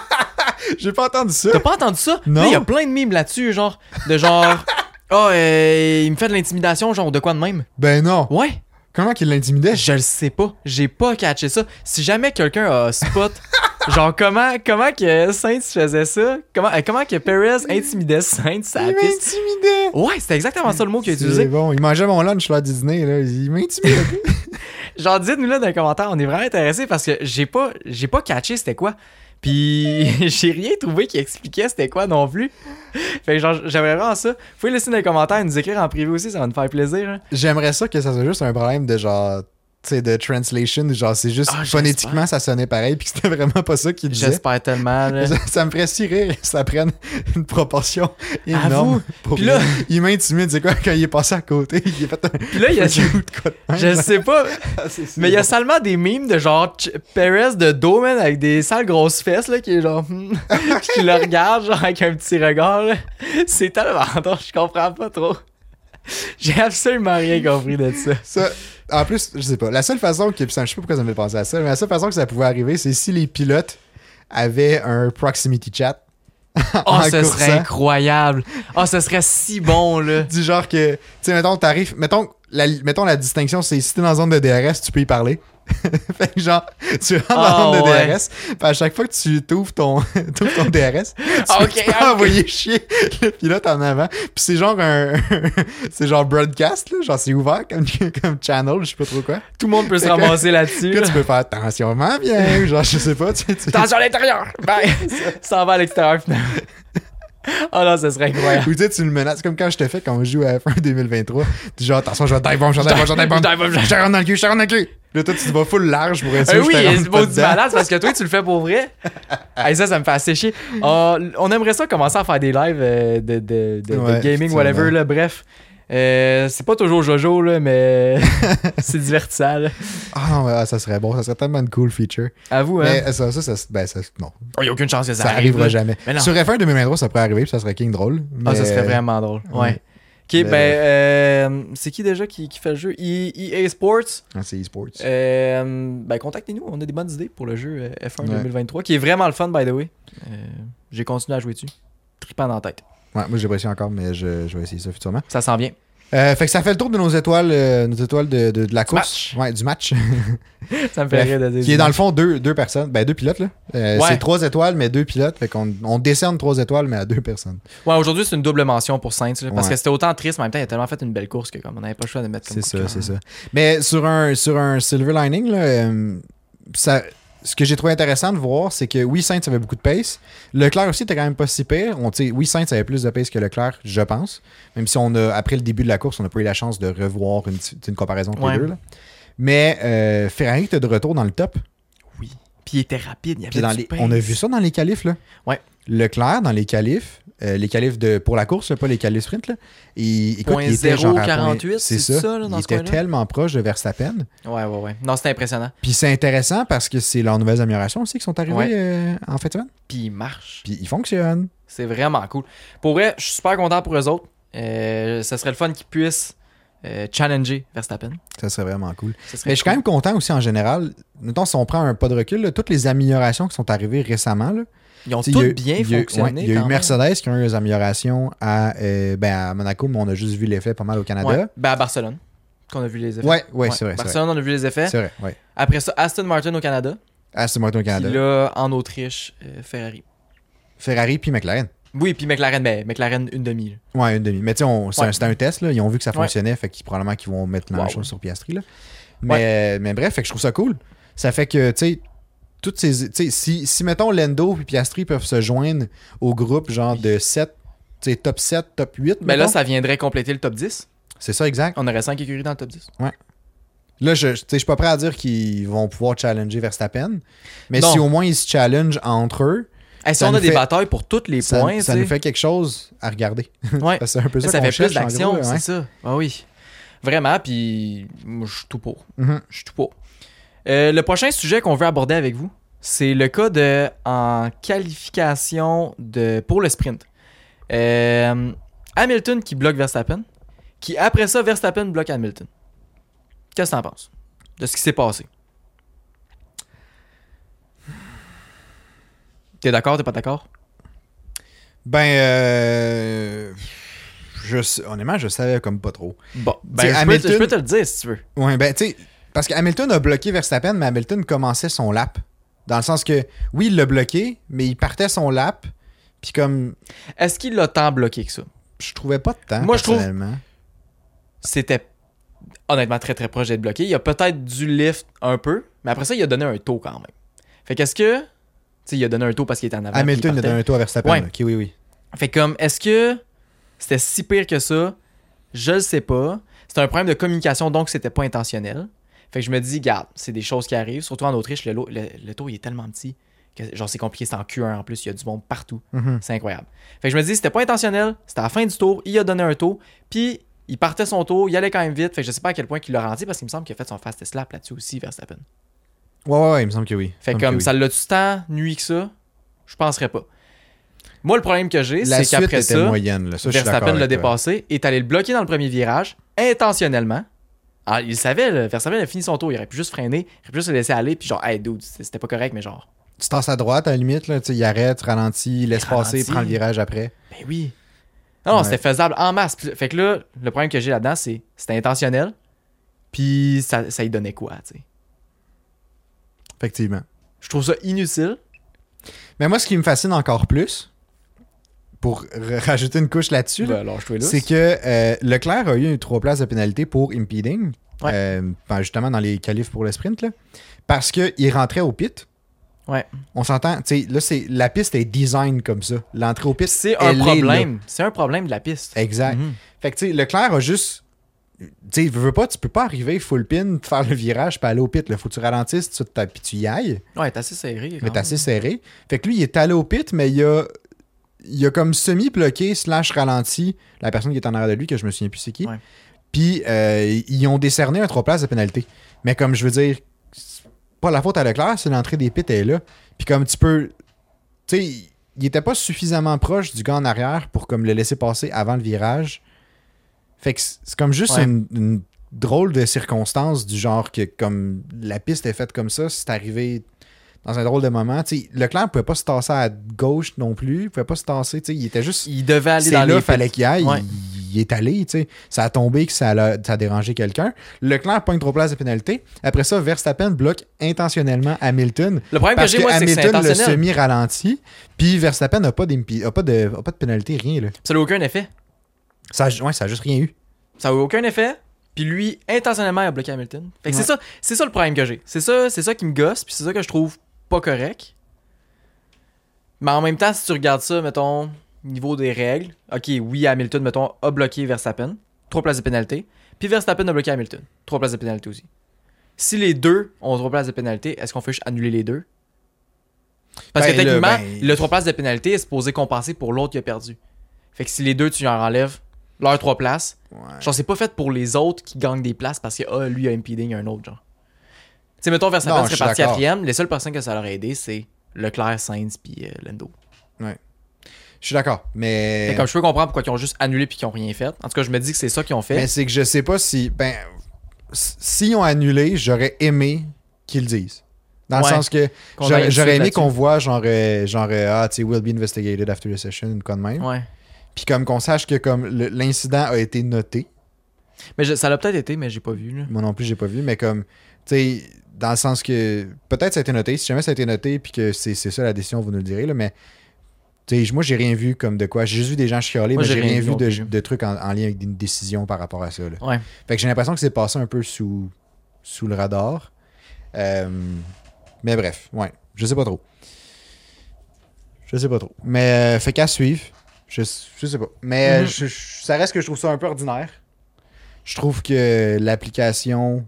Speaker 3: J'ai pas entendu ça.
Speaker 1: T'as pas entendu ça?
Speaker 3: Non.
Speaker 1: Là, Il y a plein de mimes là-dessus, genre, de genre Oh, euh, il me fait de l'intimidation, genre, de quoi de même.
Speaker 3: Ben non.
Speaker 1: Ouais,
Speaker 3: Comment qu'il l'intimidait?
Speaker 1: je le sais pas. J'ai pas catché ça. Si jamais quelqu'un a spot, genre, comment, comment que Saint faisait ça? Comment, euh, comment que Perez intimidait Saint, ça
Speaker 3: Il
Speaker 1: piste?
Speaker 3: m'intimidait.
Speaker 1: Ouais, c'était exactement ça le mot qu'il a utilisé.
Speaker 3: C'est bon, il mangeait mon lunch l'heure du dîner. Là. Il m'intimidait.
Speaker 1: Genre, dites-nous là dans les commentaires, on est vraiment intéressés parce que j'ai pas, j'ai pas catché c'était quoi. Puis j'ai rien trouvé qui expliquait c'était quoi non plus. Fait que genre, j'aimerais vraiment ça. Faut laisser dans les commentaires et nous écrire en privé aussi, ça va nous faire plaisir. hein.
Speaker 3: J'aimerais ça que ça soit juste un problème de genre, tu sais, de translation, ou genre c'est juste
Speaker 1: Ah, j'espère.
Speaker 3: phonétiquement ça sonnait pareil, puis que c'était vraiment pas ça qu'il disait.
Speaker 1: J'espère tellement. là.
Speaker 3: Ça, ça me ferait si rire que ça prenne une proportion énorme. Pour
Speaker 1: Puis là-
Speaker 3: rien. il m'intimide, c'est quoi, quand il est passé à côté, il a fait un.
Speaker 1: Puis là, il y a. Je sais pas,
Speaker 3: Ah,
Speaker 1: mais il y a seulement des mimes de genre Ch- Perez de Domen avec des sales grosses fesses là, qui est genre. hmm, puis qui le regarde genre avec un petit regard. là. C'est tellement drôle, je comprends pas trop. J'ai absolument rien compris de ça.
Speaker 3: Ça- en plus, je sais pas. La seule façon que. puis ça, Je sais pas pourquoi ça me fait penser à ça, mais la seule façon que ça pouvait arriver, c'est si les pilotes avaient un proximity chat.
Speaker 1: Oh,
Speaker 3: en
Speaker 1: ce serait
Speaker 3: coursant.
Speaker 1: incroyable. Oh, ce serait si bon, là.
Speaker 3: Du genre que. Tu sais, mettons, t'arrives. Mettons la, mettons, la distinction, c'est si t'es dans la zone de DRS, tu peux y parler. fait que genre, tu rentres dans la
Speaker 1: Ah,
Speaker 3: zone de
Speaker 1: ouais.
Speaker 3: DRS, puis à chaque fois que tu t'ouvres ton, t'ouvres ton DRS, tu peux-
Speaker 1: Ok,
Speaker 3: tu peux
Speaker 1: ok.
Speaker 3: envoyer chier le pilote en avant. Puis c'est genre un. c'est genre broadcast, là. Genre, c'est ouvert comme, comme channel, je sais pas trop quoi.
Speaker 1: Tout le monde peut se
Speaker 3: Fait que-
Speaker 1: ramasser là-dessus.
Speaker 3: Puis là,
Speaker 1: là.
Speaker 3: tu peux faire attention, m'en bien, ou genre, je sais pas, tu sais. tu-
Speaker 1: Attention à l'intérieur. Bye. Ça en va à l'extérieur, finalement. Oh non, ce serait incroyable.
Speaker 3: Ou tu sais, tu le menaces comme quand je te fais quand on joue à F1 2023. Tu dis genre, attention, je vais dive bomb, je vais dive bomb, je vais dive bomb.
Speaker 1: Je dive bomb, Ah, je-
Speaker 3: Je te rentre dans le cul, je te rentre dans le cul. Là, toi, tu te vas full large pour être
Speaker 1: Ah
Speaker 3: sûr
Speaker 1: oui,
Speaker 3: que je te
Speaker 1: il
Speaker 3: rentre pas
Speaker 1: beau du
Speaker 3: dedans.
Speaker 1: malade parce que toi, tu le fais pour vrai. Hey, ça, ça me fait assez chier. Oh, on aimerait ça commencer à faire des lives euh, de, de- de- de
Speaker 3: Ouais,
Speaker 1: gaming,
Speaker 3: effectivement.
Speaker 1: whatever, là. Bref. Euh, c'est pas toujours Jojo, là, mais c'est divertissant, là.
Speaker 3: Ah non, mais, ah, ça serait bon, ça serait tellement une cool feature.
Speaker 1: À vous, hein.
Speaker 3: Mais ça, ça, ça, ben, ça, non,
Speaker 1: Il n'y a aucune chance que
Speaker 3: ça,
Speaker 1: ça,
Speaker 3: arrivera
Speaker 1: là.
Speaker 3: jamais.
Speaker 1: Mais non.
Speaker 3: Sur F1 2023, ça pourrait arriver, puis ça serait king drôle.
Speaker 1: Ah, ça
Speaker 3: mais-
Speaker 1: serait vraiment drôle. Ouais.
Speaker 3: Ouais.
Speaker 1: Ok,
Speaker 3: Mais
Speaker 1: ben,
Speaker 3: bref.
Speaker 1: euh, c'est qui déjà qui, qui fait le jeu E- EA Sports.
Speaker 3: Ah, c'est e-sports.
Speaker 1: Euh, ben, contactez-nous. On a des bonnes idées pour le jeu euh, F1
Speaker 3: Ouais.
Speaker 1: 2023, qui est vraiment le fun, by the way. Euh, J'ai continué à jouer dessus. Tripant dans la tête.
Speaker 3: Ouais, moi, j'ai pas essayé encore, mais je, je vais essayer ça futurement.
Speaker 1: Ça s'en vient.
Speaker 3: Euh, fait que ça fait le tour de nos étoiles, euh, nos étoiles de, de- de la
Speaker 1: match.
Speaker 3: course. Ouais, du match.
Speaker 1: Ça me fait
Speaker 3: Bref,
Speaker 1: rire de dire.
Speaker 3: qui est dans le fond deux, deux personnes. Ben, deux pilotes, là. Euh,
Speaker 1: Ouais.
Speaker 3: C'est trois étoiles, mais deux pilotes. Fait qu'on on décerne trois étoiles, mais à deux personnes.
Speaker 1: Ouais, aujourd'hui, c'est une double mention pour Saints. là, parce
Speaker 3: Ouais.
Speaker 1: que c'était autant triste, mais en même temps, il a tellement fait une belle course que comme on n'avait pas le choix de mettre comme
Speaker 3: C'est
Speaker 1: coup de
Speaker 3: ça,
Speaker 1: cœur. hein.
Speaker 3: c'est ça. Mais sur un, sur un silver lining, là, euh, ça- ce que j'ai trouvé intéressant de voir, c'est que oui, Sainz avait beaucoup de pace. Leclerc aussi était quand même pas si pire. On, tu sais, oui, Sainz avait plus de pace que Leclerc, je pense. Même si on a, après le début de la course, on n'a pas eu la chance de revoir une, petite- une comparaison entre
Speaker 1: Ouais.
Speaker 3: les deux. là. Mais euh, Ferrari était de retour dans le top.
Speaker 1: Oui. Puis il était rapide. Il y avait
Speaker 3: Puis dans
Speaker 1: du
Speaker 3: les-
Speaker 1: pace.
Speaker 3: on a vu ça dans les qualifs, là.
Speaker 1: Ouais.
Speaker 3: Leclerc, dans les qualifs, euh, les qualifs de, pour la course, là, pas les qualifs sprint, là. Il, écoute, il était genre à point-
Speaker 1: 0,48,
Speaker 3: c'est
Speaker 1: c'est
Speaker 3: ça.
Speaker 1: ça, là, dans
Speaker 3: il
Speaker 1: ce
Speaker 3: était
Speaker 1: coin-là?
Speaker 3: tellement proche de Verstappen.
Speaker 1: Ouais, ouais, ouais. Non, c'était impressionnant.
Speaker 3: Puis c'est intéressant parce que c'est leurs nouvelles améliorations aussi qui sont arrivées
Speaker 1: Ouais.
Speaker 3: euh, en fait,
Speaker 1: Puis il marche.
Speaker 3: Puis ils fonctionnent.
Speaker 1: C'est vraiment cool. Pour vrai, je suis super content pour eux autres. Euh, ça serait le fun qu'ils puissent euh, challenger Verstappen.
Speaker 3: Ça serait vraiment cool.
Speaker 1: Ça serait
Speaker 3: Mais je suis quand même content aussi en général. Mettons, si on prend un pas de recul, là, toutes les améliorations qui sont arrivées récemment, là,
Speaker 1: Ils ont
Speaker 3: Tu sais, il y a-
Speaker 1: tous bien
Speaker 3: il y a- ouais,
Speaker 1: fonctionné.
Speaker 3: il y a
Speaker 1: quand
Speaker 3: eu
Speaker 1: même.
Speaker 3: Mercedes qui a eu des améliorations à, euh, ben, à Monaco, mais on a juste vu l'effet pas mal au Canada.
Speaker 1: Ouais. Ben, à Barcelone, qu'on a vu les effets.
Speaker 3: Ouais, ouais, c'est vrai. c'est vrai.
Speaker 1: Barcelone, on a vu les effets.
Speaker 3: C'est vrai, ouais.
Speaker 1: Après ça, Aston Martin au Canada.
Speaker 3: Aston Martin au Canada.
Speaker 1: Puis là, en Autriche, euh, Ferrari.
Speaker 3: Ferrari puis McLaren.
Speaker 1: Oui, puis McLaren, mais McLaren une demi. là.
Speaker 3: Ouais, une demi. Mais tu sais, on- c'est un-
Speaker 1: Ouais.
Speaker 3: c'était un test, là. Ils ont vu que ça
Speaker 1: Ouais.
Speaker 3: fonctionnait, fait qu'ils probablement qu'ils vont mettre la même
Speaker 1: Wow.
Speaker 3: chose sur Piastri, là. Mais, mais bref, fait que je trouve ça cool. Ça fait que, tu sais, toutes ces. Tu sais, si, si, mettons Lendo et Piastri peuvent se joindre au groupe genre de 7, tu sais, top 7, top 8.
Speaker 1: Mais là,
Speaker 3: mettons.
Speaker 1: ça viendrait compléter le top 10.
Speaker 3: C'est ça, exact.
Speaker 1: On aurait 5 écuries dans le top 10.
Speaker 3: Là, je, je- tu sais, je suis pas prêt à dire qu'ils vont pouvoir challenger Verstappen. Mais
Speaker 1: Non.
Speaker 3: si au moins ils se challengent entre eux,
Speaker 1: Eh, si
Speaker 3: Ça
Speaker 1: on a
Speaker 3: nous
Speaker 1: des
Speaker 3: fait-
Speaker 1: batailles pour tous les
Speaker 3: ça,
Speaker 1: points,
Speaker 3: ça
Speaker 1: tu
Speaker 3: nous
Speaker 1: sais.
Speaker 3: fait quelque chose à regarder.
Speaker 1: Ouais.
Speaker 3: Parce que c'est un peu
Speaker 1: Ça,
Speaker 3: ça,
Speaker 1: ça
Speaker 3: qu'on
Speaker 1: fait
Speaker 3: cherche,
Speaker 1: plus
Speaker 3: en
Speaker 1: d'action,
Speaker 3: gros, là,
Speaker 1: c'est
Speaker 3: ouais.
Speaker 1: ça. Ah oui. Vraiment, puis moi, je suis tout pour.
Speaker 3: Mhm.
Speaker 1: Je suis tout pour. Euh, le prochain sujet qu'on veut aborder avec vous, c'est le cas de en qualification de pour le sprint. Euh, Hamilton qui bloque Verstappen, qui après ça Verstappen bloque Hamilton. Qu'est-ce que t'en penses de ce qui s'est passé T'es d'accord, t'es pas d'accord
Speaker 3: Ben, euh, je, sais- honnêtement, je savais comme pas trop.
Speaker 1: Bon, ben,
Speaker 3: T'sais,
Speaker 1: je, peux te-
Speaker 3: Hamilton-
Speaker 1: je peux te le dire si tu veux.
Speaker 3: Ouais, ben, tu sais, parce que Hamilton a bloqué Verstappen, mais Hamilton commençait son lap. Dans le sens que, oui, il l'a bloqué, mais il partait son lap, puis comme,
Speaker 1: Est-ce qu'il l'a tant bloqué que ça
Speaker 3: je trouvais pas de temps,
Speaker 1: Moi, je trouve-
Speaker 3: personnellement.
Speaker 1: c'était honnêtement très très proche d'être bloqué. Il a peut-être dû lift un peu, mais après ça, il a donné un taux quand même. Fait qu'est-ce que. Tu sais, il a donné un taux parce qu'il était en avant.
Speaker 3: Hamilton
Speaker 1: puis
Speaker 3: a
Speaker 1: il
Speaker 3: donné un tour à Verstappen.
Speaker 1: Ouais.
Speaker 3: là. Ok, oui, oui.
Speaker 1: partait. Fait comme, est-ce que c'était si pire que ça Je le sais pas. C'était un problème de communication, donc c'était pas intentionnel. Fait que je me dis, garde, c'est des choses qui arrivent. Surtout en Autriche, le, lo- le- le taux il est tellement petit que genre c'est compliqué. C'est en Q1 en plus, il y a du monde partout.
Speaker 3: Mhm.
Speaker 1: C'est incroyable. Fait que je me dis, c'était pas intentionnel, c'était à la fin du tour, il a donné un tour, puis il partait son tour, il allait quand même vite. Fait que je sais pas à quel point il l'a rendu parce qu'il me semble qu'il a fait son fastest lap là-dessus aussi, Verstappen.
Speaker 3: Ouais, ouais, ouais, il me semble que oui.
Speaker 1: Fait
Speaker 3: Il me
Speaker 1: que
Speaker 3: semble
Speaker 1: comme
Speaker 3: que
Speaker 1: ça l'a-tu tant nuit que ça, je penserais pas. Moi, le problème que j'ai,
Speaker 3: oui. la
Speaker 1: c'est
Speaker 3: suite
Speaker 1: qu'après
Speaker 3: était
Speaker 1: ça,
Speaker 3: moyenne. Là. Ça, je suis d'accord
Speaker 1: Verstappen l'a
Speaker 3: avec toi.
Speaker 1: dépassé, est allé le bloquer dans le premier virage, intentionnellement. Ah, il savait, là, Verstappen a fini son tour, il aurait pu juste freiner, il aurait pu juste se laisser aller, puis genre, hey dude, c'était pas correct, mais genre,
Speaker 3: Tu tasses à droite, à la limite, là, tu sais, il arrête, ralentit, laisse passer,
Speaker 1: ralentit.
Speaker 3: prend le virage après.
Speaker 1: Ben oui. Non, non,
Speaker 3: Ouais.
Speaker 1: c'était faisable en masse. Puis- Fait que là, le problème que j'ai là-dedans, c'est c'était intentionnel. Puis ça, ça y donnait quoi, tu sais.
Speaker 3: Effectivement.
Speaker 1: Je trouve ça inutile.
Speaker 3: Ben, Mais moi, ce qui me fascine encore plus, pour r- rajouter une couche là-dessus, là,
Speaker 1: Ben, lâche-toi là.
Speaker 3: c'est que euh, Leclerc a eu trois places de pénalité pour impeding,
Speaker 1: Ouais.
Speaker 3: euh, ben, justement dans les qualifs pour le sprint, là, parce qu'il rentrait au pit.
Speaker 1: Ouais.
Speaker 3: On s'entend, tu sais, là, c'est, la piste est design comme ça. L'entrée au pit,
Speaker 1: C'est un
Speaker 3: elle est là.
Speaker 1: problème. C'est un problème de la piste.
Speaker 3: Exact.
Speaker 1: Mhm.
Speaker 3: Fait que, tu sais, Leclerc a juste. Tu sais, veux, veux pas, tu peux pas arriver full pin, faire le virage, puis aller au pit. Là. Faut que tu ralentisses, tu, t'as- puis tu y ailles.
Speaker 1: Ouais, t'es assez serré. quand
Speaker 3: Mais t'es
Speaker 1: même.
Speaker 3: assez serré. Fait que lui, il est allé au pit, mais il a, il a comme semi-bloqué, slash ralenti la personne qui est en arrière de lui, que je me souviens plus c'est qui.
Speaker 1: Ouais.
Speaker 3: Puis euh, ils ont décerné un trois places de pénalité. Mais comme je veux dire, c'est pas la faute à Leclerc, c'est l'entrée des pits, elle est là. Puis comme tu peux. Tu sais, il était pas suffisamment proche du gars en arrière pour comme le laisser passer avant le virage. Fait que c'est c'est comme juste
Speaker 1: Ouais.
Speaker 3: une, une drôle de circonstance du genre que comme la piste est faite comme ça, c'est arrivé dans un drôle de moment. Tu sais, Leclerc pouvait pas se tasser à gauche non plus, il pouvait pas se tasser, tu sais, il était juste
Speaker 1: Il devait aller
Speaker 3: c'est
Speaker 1: dans
Speaker 3: là,
Speaker 1: les
Speaker 3: fallait qu'il aille.
Speaker 1: Ouais.
Speaker 3: Il- il est allé, tu sais. Ça a tombé que ça, l'a- ça a dérangé quelqu'un. Leclerc pogne trop place de pénalité. Après ça, Verstappen bloque intentionnellement Hamilton.
Speaker 1: Le problème que
Speaker 3: Parce
Speaker 1: j'ai,
Speaker 3: que
Speaker 1: moi, c'est que c'est
Speaker 3: Hamilton le
Speaker 1: intentionnel.
Speaker 3: semi-ralenti, puis Verstappen n'a pas, d'impi- a pas, de, a pas de pénalité, rien. Là.
Speaker 1: Ça n'a aucun effet.
Speaker 3: Ça, a ju- ouais, ça a juste rien eu.
Speaker 1: Ça n'a aucun effet. Puis lui, intentionnellement, il a bloqué Hamilton. Fait que
Speaker 3: Ouais.
Speaker 1: c'est ça, c'est ça le problème que j'ai. C'est ça, c'est ça qui me gosse, puis c'est ça que je trouve pas correct. Mais en même temps, si tu regardes ça, mettons, niveau des règles, ok, oui, Hamilton, mettons, a bloqué Verstappen, trois places de pénalité. Puis Verstappen a bloqué Hamilton, trois places de pénalité aussi. Si les deux ont trois places de pénalité, est-ce qu'on fait juste annuler les deux? Parce
Speaker 3: Ben,
Speaker 1: que
Speaker 3: là,
Speaker 1: techniquement,
Speaker 3: ben-
Speaker 1: le trois places de pénalité est supposé compenser pour l'autre qui a perdu. Fait que si les deux, tu leur enlèves leurs trois places, Genre, c'est pas fait pour les autres qui gagnent des places parce que, ah, lui a impedé un autre, genre. Tu sais, mettons,
Speaker 3: Non,
Speaker 1: Verstappen
Speaker 3: je
Speaker 1: serait
Speaker 3: suis
Speaker 1: parti
Speaker 3: d'accord.
Speaker 1: quatrième, les seules personnes que ça leur a aidé, c'est Leclerc, Sainz, puis euh, Lando.
Speaker 3: Je suis d'accord, mais...
Speaker 1: Fait comme je peux comprendre pourquoi ils ont juste annulé puis qu'ils ont rien fait. En tout cas, je me dis que c'est ça qu'ils ont fait.
Speaker 3: Mais c'est que je sais pas si. Ben, s- s'ils ont annulé, j'aurais aimé qu'ils le disent. Dans
Speaker 1: Ouais.
Speaker 3: le sens que
Speaker 1: Qu'on aille
Speaker 3: j'aurais
Speaker 1: tout de
Speaker 3: j'aurais
Speaker 1: suite
Speaker 3: aimé
Speaker 1: là-dessus.
Speaker 3: qu'on voit genre, euh, genre euh, ah, tu sais, will be investigated after the session, une quoi de même.
Speaker 1: Ouais.
Speaker 3: Puis comme qu'on sache que comme le- l'incident a été noté,
Speaker 1: Mais je- ça l'a peut-être été, mais j'ai pas vu, là.
Speaker 3: moi non plus, j'ai pas vu, mais comme, tu sais, dans le sens que peut-être ça a été noté, si jamais ça a été noté, puis que c'est c'est ça la décision, vous nous le direz, là, mais tu sais, moi, j'ai rien vu comme de quoi. J'ai juste vu des gens chialer,
Speaker 1: Moi,
Speaker 3: mais j'ai rien vu
Speaker 1: non
Speaker 3: de,
Speaker 1: plus.
Speaker 3: de trucs en, en lien avec une décision par rapport à ça. là.
Speaker 1: Ouais.
Speaker 3: Fait que j'ai l'impression que c'est passé un peu sous, sous le radar. Euh, mais bref, ouais, je sais pas trop. Je sais pas trop. Mais euh, fait qu'à suivre. Je, je sais pas. Mais euh,
Speaker 1: Mhm.
Speaker 3: je- je- ça reste que je trouve ça un peu ordinaire. Je trouve que l'application.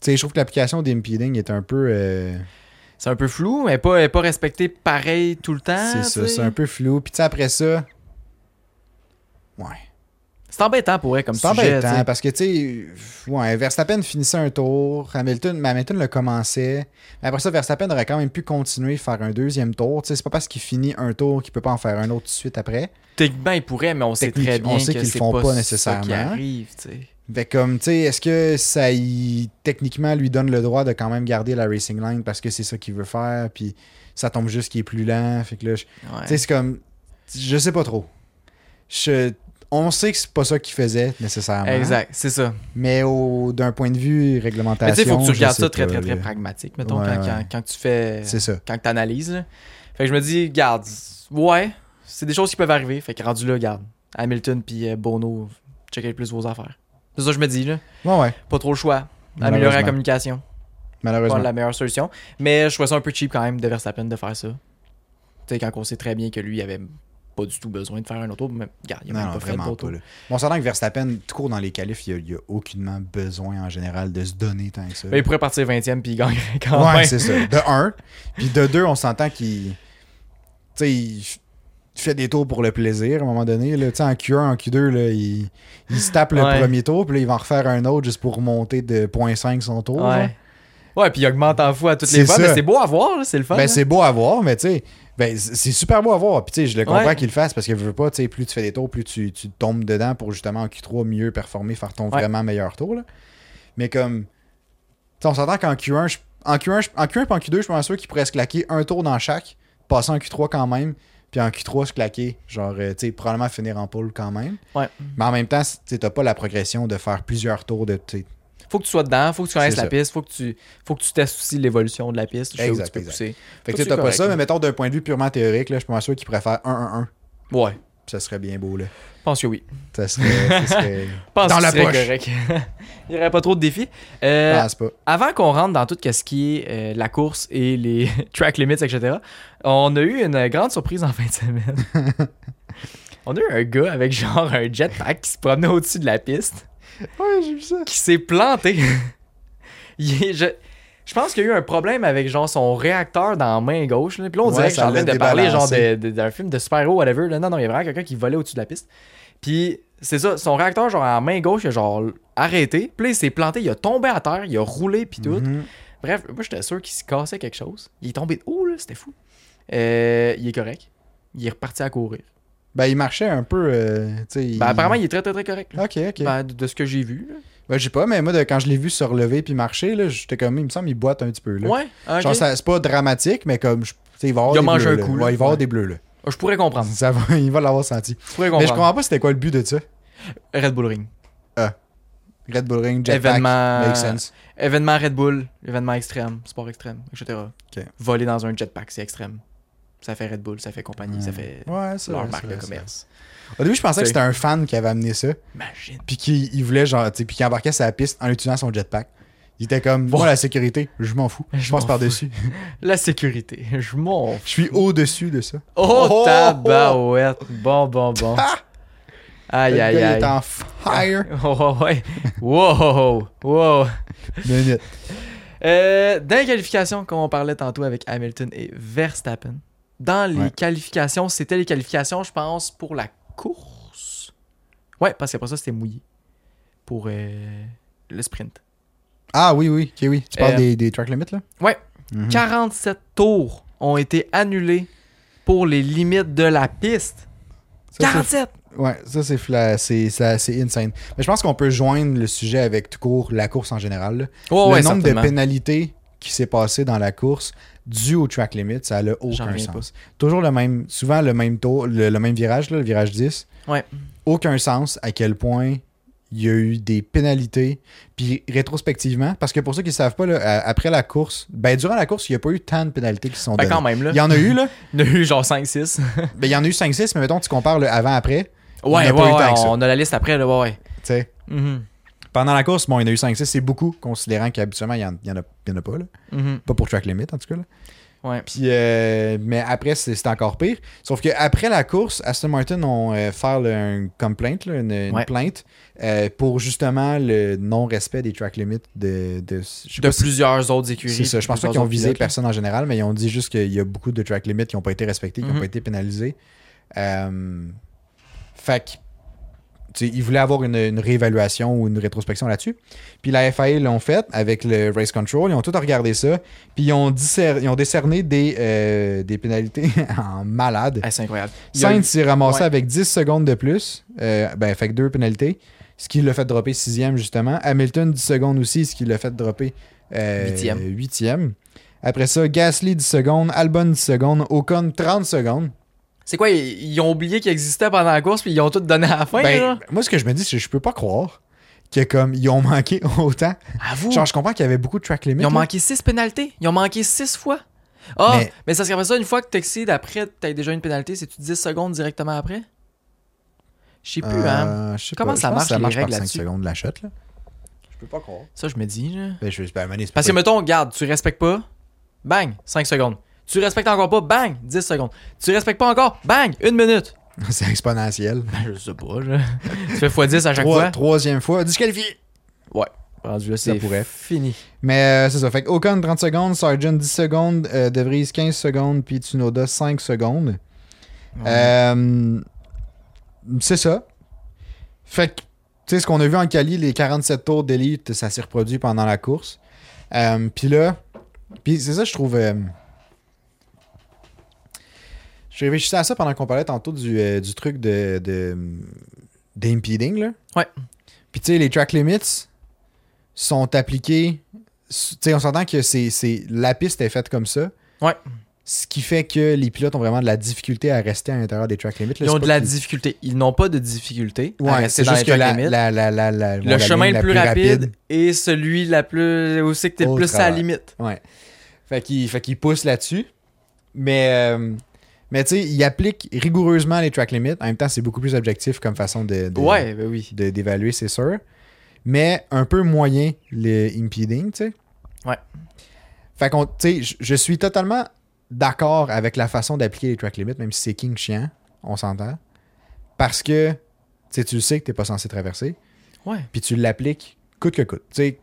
Speaker 3: Tu sais, je trouve que l'application d'impeding est un peu. euh,
Speaker 1: C'est un peu flou, mais pas, elle est pas respectée pareil tout le temps.
Speaker 3: c'est
Speaker 1: Ah, tu
Speaker 3: ça,
Speaker 1: sais.
Speaker 3: c'est un peu flou. Puis tu sais, après ça. Ouais.
Speaker 1: C'est embêtant pour elle comme
Speaker 3: C'est
Speaker 1: sujet.
Speaker 3: embêtant
Speaker 1: tu sais.
Speaker 3: parce que, tu sais, ouais, Verstappen finissait un tour, Hamilton, mais Hamilton le commençait. Mais après ça, Verstappen aurait quand même pu continuer faire un deuxième tour. Tu sais, c'est pas parce qu'il finit un tour qu'il peut pas en faire un autre tout de suite après.
Speaker 1: Techniquement, ils pourraient, mais on sait
Speaker 3: Technique,
Speaker 1: très bien
Speaker 3: on sait
Speaker 1: que
Speaker 3: qu'ils le
Speaker 1: c'est
Speaker 3: font pas
Speaker 1: ça qui
Speaker 3: nécessairement.
Speaker 1: arrive, tu sais.
Speaker 3: Fait comme, tu sais, est-ce que ça, y- techniquement, lui donne le droit de quand même garder la racing line parce que c'est ça qu'il veut faire, puis ça tombe juste qu'il est plus lent. Fait que là, je-
Speaker 1: Ouais.
Speaker 3: tu sais, c'est comme, je sais pas trop. Je- on sait que c'est pas ça qu'il faisait nécessairement.
Speaker 1: Exact, c'est ça.
Speaker 3: Mais au- d'un point de vue
Speaker 1: Mais
Speaker 3: réglementation.
Speaker 1: tu sais, il faut que tu
Speaker 3: je
Speaker 1: regardes
Speaker 3: sais
Speaker 1: ça très,
Speaker 3: pas,
Speaker 1: très, très
Speaker 3: là.
Speaker 1: pragmatique, mettons,
Speaker 3: Ouais,
Speaker 1: quand,
Speaker 3: ouais.
Speaker 1: quand- quand tu fais.
Speaker 3: C'est ça.
Speaker 1: Quand tu analyses. là. Fait que je me dis, garde, ouais, c'est des choses qui peuvent arriver. Fait que rendu là, garde. Hamilton puis euh, Bono, checkez plus vos affaires. C'est ça que je me dis, là.
Speaker 3: Ouais, ouais.
Speaker 1: Pas trop le choix. Améliorer la
Speaker 3: Malheureusement.
Speaker 1: communication. Pas
Speaker 3: Malheureusement.
Speaker 1: la meilleure solution. Mais je trouvais ça un peu cheap quand même de Verstappen de faire ça. Tu sais, quand on sait très bien que lui, il avait pas du tout besoin de faire un auto, mais garde, il a
Speaker 3: Non,
Speaker 1: même
Speaker 3: non,
Speaker 1: pas fait
Speaker 3: vraiment
Speaker 1: d'auto.
Speaker 3: pas. Là. Bon, s'entend que Verstappen, tout court dans les qualifs, il n'y a, aucunement besoin en général de se donner tant que ça.
Speaker 1: Mais il pourrait partir 20ème puis il gagnerait quand
Speaker 3: ouais,
Speaker 1: même.
Speaker 3: c'est ça. De un. Puis de deux, on s'entend qu'il. Tu sais, il f- fait des tours pour le plaisir à un moment donné. Là. Tu sais, en Q1, en Q2, là, il, il se tape le
Speaker 1: Ouais.
Speaker 3: premier tour, puis là, il va en refaire un autre juste pour monter de 0.5 son tour. genre.
Speaker 1: Ouais. Ouais, puis il augmente en fou à toutes
Speaker 3: C'est
Speaker 1: les fois,
Speaker 3: ça.
Speaker 1: mais c'est beau à voir, là, c'est le fun. hein.
Speaker 3: Ben,
Speaker 1: là.
Speaker 3: c'est beau à voir, mais tu sais, ben, c- c'est super beau à voir. Puis tu sais, je le comprends
Speaker 1: Ouais.
Speaker 3: qu'il le fasse parce que je veux pas, tu sais, plus tu fais des tours, plus tu, tu tombes dedans pour justement en Q3 mieux performer, faire ton
Speaker 1: Ouais.
Speaker 3: vraiment meilleur tour. là. Mais comme, tu sais, on s'entend qu'en Q1, je- en Q1, je- en Q1 puis en Q2, je suis sûr qu'il pourrait se claquer un tour dans chaque, passer en Q3 quand même, puis en Q3 se claquer, genre, euh, tu sais, probablement finir en pole quand même.
Speaker 1: Ouais.
Speaker 3: Mais en même temps, c- tu sais, t'as pas la progression de faire plusieurs tours de, tu sais,
Speaker 1: Faut que tu sois dedans, faut que tu connaisses
Speaker 3: C'est
Speaker 1: la
Speaker 3: ça.
Speaker 1: piste, faut que tu faut que tu testes aussi l'évolution de la piste, je sais où
Speaker 3: Exact,
Speaker 1: tu peux
Speaker 3: exact.
Speaker 1: pousser.
Speaker 3: fait
Speaker 1: Tout
Speaker 3: que tu sais, t'as
Speaker 1: est
Speaker 3: pas ça,
Speaker 1: correct.
Speaker 3: mais mettons d'un point de vue purement théorique, là, je suis pas sûr qu'il pourrait faire 1-1-1,
Speaker 1: Ouais,
Speaker 3: ça serait bien beau, là.
Speaker 1: je pense que oui.
Speaker 3: Ça serait. ça serait-
Speaker 1: Je pense
Speaker 3: Dans
Speaker 1: que
Speaker 3: la
Speaker 1: c'est
Speaker 3: poche. Ah,
Speaker 1: correct. Il n'y aurait pas trop de défis. Euh,
Speaker 3: Je pense pas.
Speaker 1: Avant qu'on rentre dans tout ce qui est euh, la course et les track limits, etc., on a eu une grande surprise en fin de semaine. on a eu un gars avec genre un jetpack qui se promenait au-dessus de la piste.
Speaker 3: Ouais, j'ai vu ça.
Speaker 1: qui s'est planté. Il est- je, je pense qu'il y a eu un problème avec genre son réacteur dans la main gauche. là. Puis là, on
Speaker 3: Ouais,
Speaker 1: dirait que je suis
Speaker 3: ça
Speaker 1: en train
Speaker 3: l'a
Speaker 1: de parler genre
Speaker 3: débalancé.
Speaker 1: de- de- d'un film de super-héros, whatever. là. Non, non, il y a vraiment quelqu'un qui volait au-dessus de la piste. Puis c'est ça, son réacteur, genre en main gauche, il a genre arrêté. Puis là, il s'est planté, il a tombé à terre, il a roulé, puis tout.
Speaker 3: Mhm.
Speaker 1: Bref, moi, j'étais sûr qu'il se cassait quelque chose. Il est tombé. Oh là, c'était fou. Euh, il est correct. Il est reparti à courir.
Speaker 3: Ben, il marchait un peu. euh, tu sais,
Speaker 1: Ben, apparemment, il est très, très, très correct. là.
Speaker 3: Ok, ok. Ben,
Speaker 1: Ben, de, de ce que j'ai vu. là.
Speaker 3: je sais pas, mais moi, de- quand je l'ai vu se relever puis marcher, là, j'étais comme, il me semble, il boite un petit peu. Là.
Speaker 1: Ouais, ok.
Speaker 3: Genre, ça- c'est pas dramatique, mais comme, je- tu sais, il va avoir
Speaker 1: Il a
Speaker 3: des
Speaker 1: mangé
Speaker 3: bleus,
Speaker 1: un
Speaker 3: là.
Speaker 1: coup, là.
Speaker 3: Ouais, il va avoir
Speaker 1: Ouais.
Speaker 3: des bleus, là.
Speaker 1: Je pourrais comprendre.
Speaker 3: Ça va, il va l'avoir senti.
Speaker 1: Je pourrais
Speaker 3: Mais je
Speaker 1: comprendre.
Speaker 3: comprends pas c'était quoi le but de ça.
Speaker 1: Red Bull Ring.
Speaker 3: Red Bull Ring, Jetpack,
Speaker 1: Événement-
Speaker 3: make sense.
Speaker 1: Événement Red Bull, événement extrême, sport extrême, etc.
Speaker 3: Ok.
Speaker 1: Voler dans un jetpack, c'est extrême. Ça fait Red Bull, ça fait compagnie, ça fait
Speaker 3: Ouais, c'est
Speaker 1: leur
Speaker 3: vrai,
Speaker 1: marque
Speaker 3: c'est vrai,
Speaker 1: de
Speaker 3: c'est
Speaker 1: commerce.
Speaker 3: vrai. Au début, je pensais
Speaker 1: Tu
Speaker 3: que
Speaker 1: sais.
Speaker 3: c'était un fan qui avait amené ça,
Speaker 1: Imagine.
Speaker 3: puis qui il voulait genre, tu sais, puis qui embarquait sur la piste en utilisant son jetpack. Il était comme, moi la sécurité, je m'en fous, je
Speaker 1: Je
Speaker 3: passe
Speaker 1: m'en
Speaker 3: par dessus.
Speaker 1: La sécurité. Je m'en
Speaker 3: Je suis au dessus de ça.
Speaker 1: Oh,
Speaker 3: Oh!
Speaker 1: tabarouette. Bon, bon, bon. Aïe,
Speaker 3: Le
Speaker 1: aïe,
Speaker 3: gars,
Speaker 1: aïe.
Speaker 3: Il est en fire.
Speaker 1: Oh, oh, ouais. Wow, wow.
Speaker 3: Minute.
Speaker 1: Euh, dans les qualifications, comme on parlait tantôt avec Hamilton et Verstappen, dans les
Speaker 3: Ouais.
Speaker 1: qualifications, c'était les qualifications, je pense, pour la course. Ouais, parce qu'après ça, c'était mouillé pour euh, le sprint.
Speaker 3: Ah oui, oui, ok, oui. Tu parles
Speaker 1: Euh,
Speaker 3: des, des track limits là?
Speaker 1: ouais.
Speaker 3: Mhm.
Speaker 1: 47 tours ont été annulés pour les limites de la piste.
Speaker 3: Ça, c'est
Speaker 1: 47!
Speaker 3: Ouais, ça c'est fla- c'est ça, c'est insane. Mais je pense qu'on peut joindre le sujet avec tout court la course en général. là.
Speaker 1: Oh,
Speaker 3: le
Speaker 1: ouais,
Speaker 3: nombre de
Speaker 1: certainement.
Speaker 3: pénalités qui s'est passé dans la course dû au track limit, ça n'a
Speaker 1: J'en
Speaker 3: aucun
Speaker 1: reviens
Speaker 3: sens. Toujours le même, souvent le même tour, le, le même virage, là, le virage 10.
Speaker 1: Ouais.
Speaker 3: Aucun sens à quel point il y a eu des pénalités. Puis rétrospectivement, parce que pour ceux qui ne savent pas, là, à- après la course, ben durant la course, il n'y a pas eu tant de pénalités qui se sont
Speaker 1: Ben,
Speaker 3: données.
Speaker 1: quand même, là.
Speaker 3: Il y en a eu, là.
Speaker 1: Il y en a eu genre 5-6.
Speaker 3: Ben, il y en a eu 5-6, mais mettons, tu compares le avant-après.
Speaker 1: Ouais, ouais,
Speaker 3: a pas eu tant
Speaker 1: ouais,
Speaker 3: que ça.
Speaker 1: on a la liste après, là, ouais, ouais.
Speaker 3: tu sais.
Speaker 1: Mhm,
Speaker 3: Pendant la course, bon, il y en a eu 5-6, c'est beaucoup, considérant qu'habituellement, il n'y en, il y en a- il y en a pas. Là.
Speaker 1: mhm,
Speaker 3: Pas pour track limit, en tout cas. Là.
Speaker 1: ouais.
Speaker 3: Puis, euh, mais après, c'est c'est encore pire. Sauf qu'après la course, Aston Martin ont euh, fait là, un complaint, là, une, une
Speaker 1: Ouais.
Speaker 3: plainte, euh, pour justement le non-respect des track limits de. de, je sais
Speaker 1: De
Speaker 3: pas si-
Speaker 1: plusieurs autres écuries.
Speaker 3: c'est ça. Je pense pas
Speaker 1: plusieurs
Speaker 3: qu'ils ont
Speaker 1: autres
Speaker 3: visé
Speaker 1: pilotes, là.
Speaker 3: personne en général, mais ils ont dit juste qu'il y a beaucoup de track limits qui n'ont pas été respectés, qui n'ont
Speaker 1: Mhm.
Speaker 3: pas été pénalisés. Euh, fait que, tu sais, ils voulaient avoir une, une réévaluation ou une rétrospection là-dessus. Puis la FIA l'ont fait avec le Race Control. Ils ont tout regardé ça. Puis ils ont, discer- ils ont décerné des, euh, des pénalités en malade.
Speaker 1: Ah, c'est incroyable. Il y a eu-
Speaker 3: Sainz s'est ramassé
Speaker 1: ouais.
Speaker 3: avec 10 secondes de plus. Euh, ben, fait que deux pénalités. Ce qui l'a fait dropper sixième, justement. Hamilton, 10 secondes aussi, ce qui l'a fait dropper euh,
Speaker 1: Huitième.
Speaker 3: huitième. Après ça, Gasly, 10 secondes. Albon, 10 secondes. Ocon, 30 secondes.
Speaker 1: C'est quoi, ils, ils ont oublié qu'il existait pendant la course, puis ils ont tout donné à la fin,
Speaker 3: Ben,
Speaker 1: là?
Speaker 3: moi, ce que je me dis, c'est que je peux pas croire que comme ils ont manqué autant.
Speaker 1: Avoue!
Speaker 3: Genre, je comprends qu'il y avait beaucoup de track limits.
Speaker 1: Ils ont
Speaker 3: là.
Speaker 1: manqué 6 pénalités. Ils ont manqué 6 fois. Ah,
Speaker 3: Mais-
Speaker 1: mais, ça serait pas ça, une fois que t'excides, après, t'as déjà une pénalité, c'est-tu 10 secondes directement après? Je sais plus, hein.
Speaker 3: Euh, je sais
Speaker 1: Comment
Speaker 3: pas. Je
Speaker 1: ça
Speaker 3: pense que
Speaker 1: marche, les
Speaker 3: par
Speaker 1: règles
Speaker 3: 5
Speaker 1: là-dessus?
Speaker 3: secondes la shot, là. Je peux pas croire.
Speaker 1: Ça, je me dis, là.
Speaker 3: Ben, je, ben, mané, c'est
Speaker 1: Parce que,
Speaker 3: pas-
Speaker 1: mettons, regarde, tu respectes pas, bang, 5 secondes. Tu respectes encore pas, bang, 10 secondes. Tu respectes pas encore, bang, 1 minute.
Speaker 3: c'est exponentiel.
Speaker 1: Ben, je sais pas, là. tu fais x10 à chaque
Speaker 3: Trois-
Speaker 1: fois.
Speaker 3: Troisième fois, disqualifié.
Speaker 1: Rendu là,
Speaker 3: Ça
Speaker 1: c'est
Speaker 3: pourrait.
Speaker 1: fini.
Speaker 3: Mais euh, c'est ça. Fait que Ocon 30 secondes, Sargent 10 secondes, euh, De Vries 15 secondes, puis Tsunoda 5 secondes. Euh, c'est ça. Fait que, tu sais, ce qu'on a vu en Cali, les 47 tours d'élite, ça s'est reproduit pendant la course. Euh, puis là, puis c'est ça, je trouve. euh, je réfléchissais à ça pendant qu'on parlait tantôt du, euh, du truc de, de d'impeding, là.
Speaker 1: Ouais.
Speaker 3: Puis tu sais, les track limits sont appliqués. Tu sais, on s'entend que c'est, c'est- la piste est faite comme ça.
Speaker 1: Ouais.
Speaker 3: Ce qui fait que les pilotes ont vraiment de la difficulté à rester à l'intérieur des track limits. là.
Speaker 1: Ils
Speaker 3: C'est
Speaker 1: ont
Speaker 3: pas
Speaker 1: de la
Speaker 3: qu'ils-
Speaker 1: difficulté. Ils n'ont pas de difficulté. à
Speaker 3: Ouais,
Speaker 1: rester
Speaker 3: c'est
Speaker 1: dans
Speaker 3: juste que
Speaker 1: les
Speaker 3: la,
Speaker 1: limites.
Speaker 3: la- la- la- la- bon,
Speaker 1: le
Speaker 3: la
Speaker 1: chemin
Speaker 3: ligne
Speaker 1: le
Speaker 3: la
Speaker 1: plus, rapide, et celui la plus où c'est que t'es le
Speaker 3: Au
Speaker 1: plus à la
Speaker 3: travers.
Speaker 1: limite.
Speaker 3: Ouais. Fait qu'il fait qu'il pousse là-dessus. Mais, euh, mais tu sais, il applique rigoureusement les track limits. En même temps, c'est beaucoup plus objectif comme façon de, de-
Speaker 1: Ouais, ben oui.
Speaker 3: de- d'évaluer, c'est sûr. Mais un peu moyen le impeding, tu sais.
Speaker 1: Ouais.
Speaker 3: Fait qu'on, tu sais, je- je suis totalement d'accord avec la façon d'appliquer les track limits, même si c'est king chiant, on s'entend. Parce que, tu sais, tu le sais que t'es pas censé traverser
Speaker 1: Ouais.
Speaker 3: puis tu l'appliques coûte que coûte. Tu sais,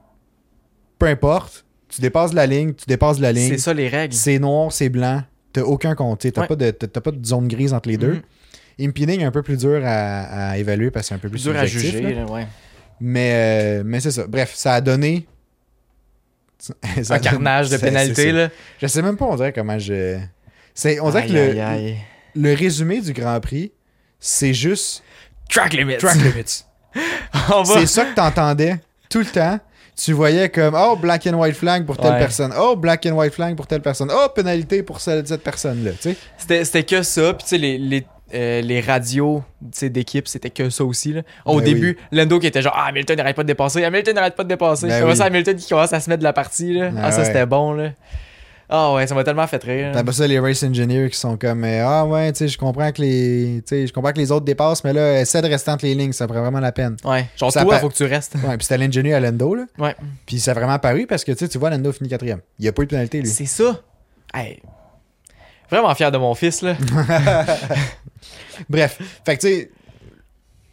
Speaker 3: peu importe, tu dépasses la ligne, tu dépasses la ligne,
Speaker 1: C'est ça les règles.
Speaker 3: Mm. c'est noir, c'est blanc, t'as aucun compte, tu sais, t'as
Speaker 1: Ouais.
Speaker 3: pas, de- t'as- t'as pas de zone grise entre les deux.
Speaker 1: Mhm.
Speaker 3: Impeding est un peu plus dur à, à évaluer parce que c'est un peu plus
Speaker 1: Plus dur à
Speaker 3: subjectif,
Speaker 1: juger,
Speaker 3: là.
Speaker 1: là, ouais.
Speaker 3: Mais, euh, mais c'est ça. Bref, ça a donné. ça a
Speaker 1: Un
Speaker 3: donné-
Speaker 1: carnage de
Speaker 3: ça- c'est ça.
Speaker 1: pénalités là.
Speaker 3: Je sais même pas, on dirait comment je. c'est- On dirait
Speaker 1: Aïe,
Speaker 3: que le,
Speaker 1: aïe, aïe.
Speaker 3: le résumé du Grand Prix, c'est juste
Speaker 1: track limits.
Speaker 3: track limits.
Speaker 1: On va
Speaker 3: C'est ça que t'entendais tout le temps. tu voyais comme oh black and white flag pour telle
Speaker 1: Ouais.
Speaker 3: personne, oh black and white flag pour telle personne, oh pénalité pour celle- cette personne là, tu sais.
Speaker 1: C'était c'était que ça. Puis, tu sais, les, les, euh, les radios tu sais, d'équipe, c'était que ça aussi. Là. Au
Speaker 3: Ben
Speaker 1: début, Lando qui était genre Ah, Hamilton n'arrête pas de dépasser. Hamilton n'arrête pas de dépasser.
Speaker 3: Ben
Speaker 1: Comment
Speaker 3: oui.
Speaker 1: ça, Hamilton qui commence à se mettre de la partie. Là.
Speaker 3: Ben
Speaker 1: ah, ça,
Speaker 3: ouais. Ben,
Speaker 1: c'était bon. là. Ah, ouais, ça m'a tellement fait rire.
Speaker 3: T'as pas ça les race engineers qui sont comme euh, ah ouais, tu sais je comprends que les tu sais je comprends que les autres dépassent mais là essaie de rester entre les lignes, ça ferait vraiment la peine.
Speaker 1: Ouais, genre,
Speaker 3: Ça
Speaker 1: toi,
Speaker 3: pa-
Speaker 1: faut que tu restes.
Speaker 3: Ouais, puis c'était l'ingénieur à Lando là.
Speaker 1: Ouais.
Speaker 3: Puis ça a vraiment paru parce que tu sais, tu vois Lando finit quatrième. Il a pas eu de pénalité lui.
Speaker 1: C'est ça. Hey. Vraiment fier de mon fils, là.
Speaker 3: Bref, fait que tu sais,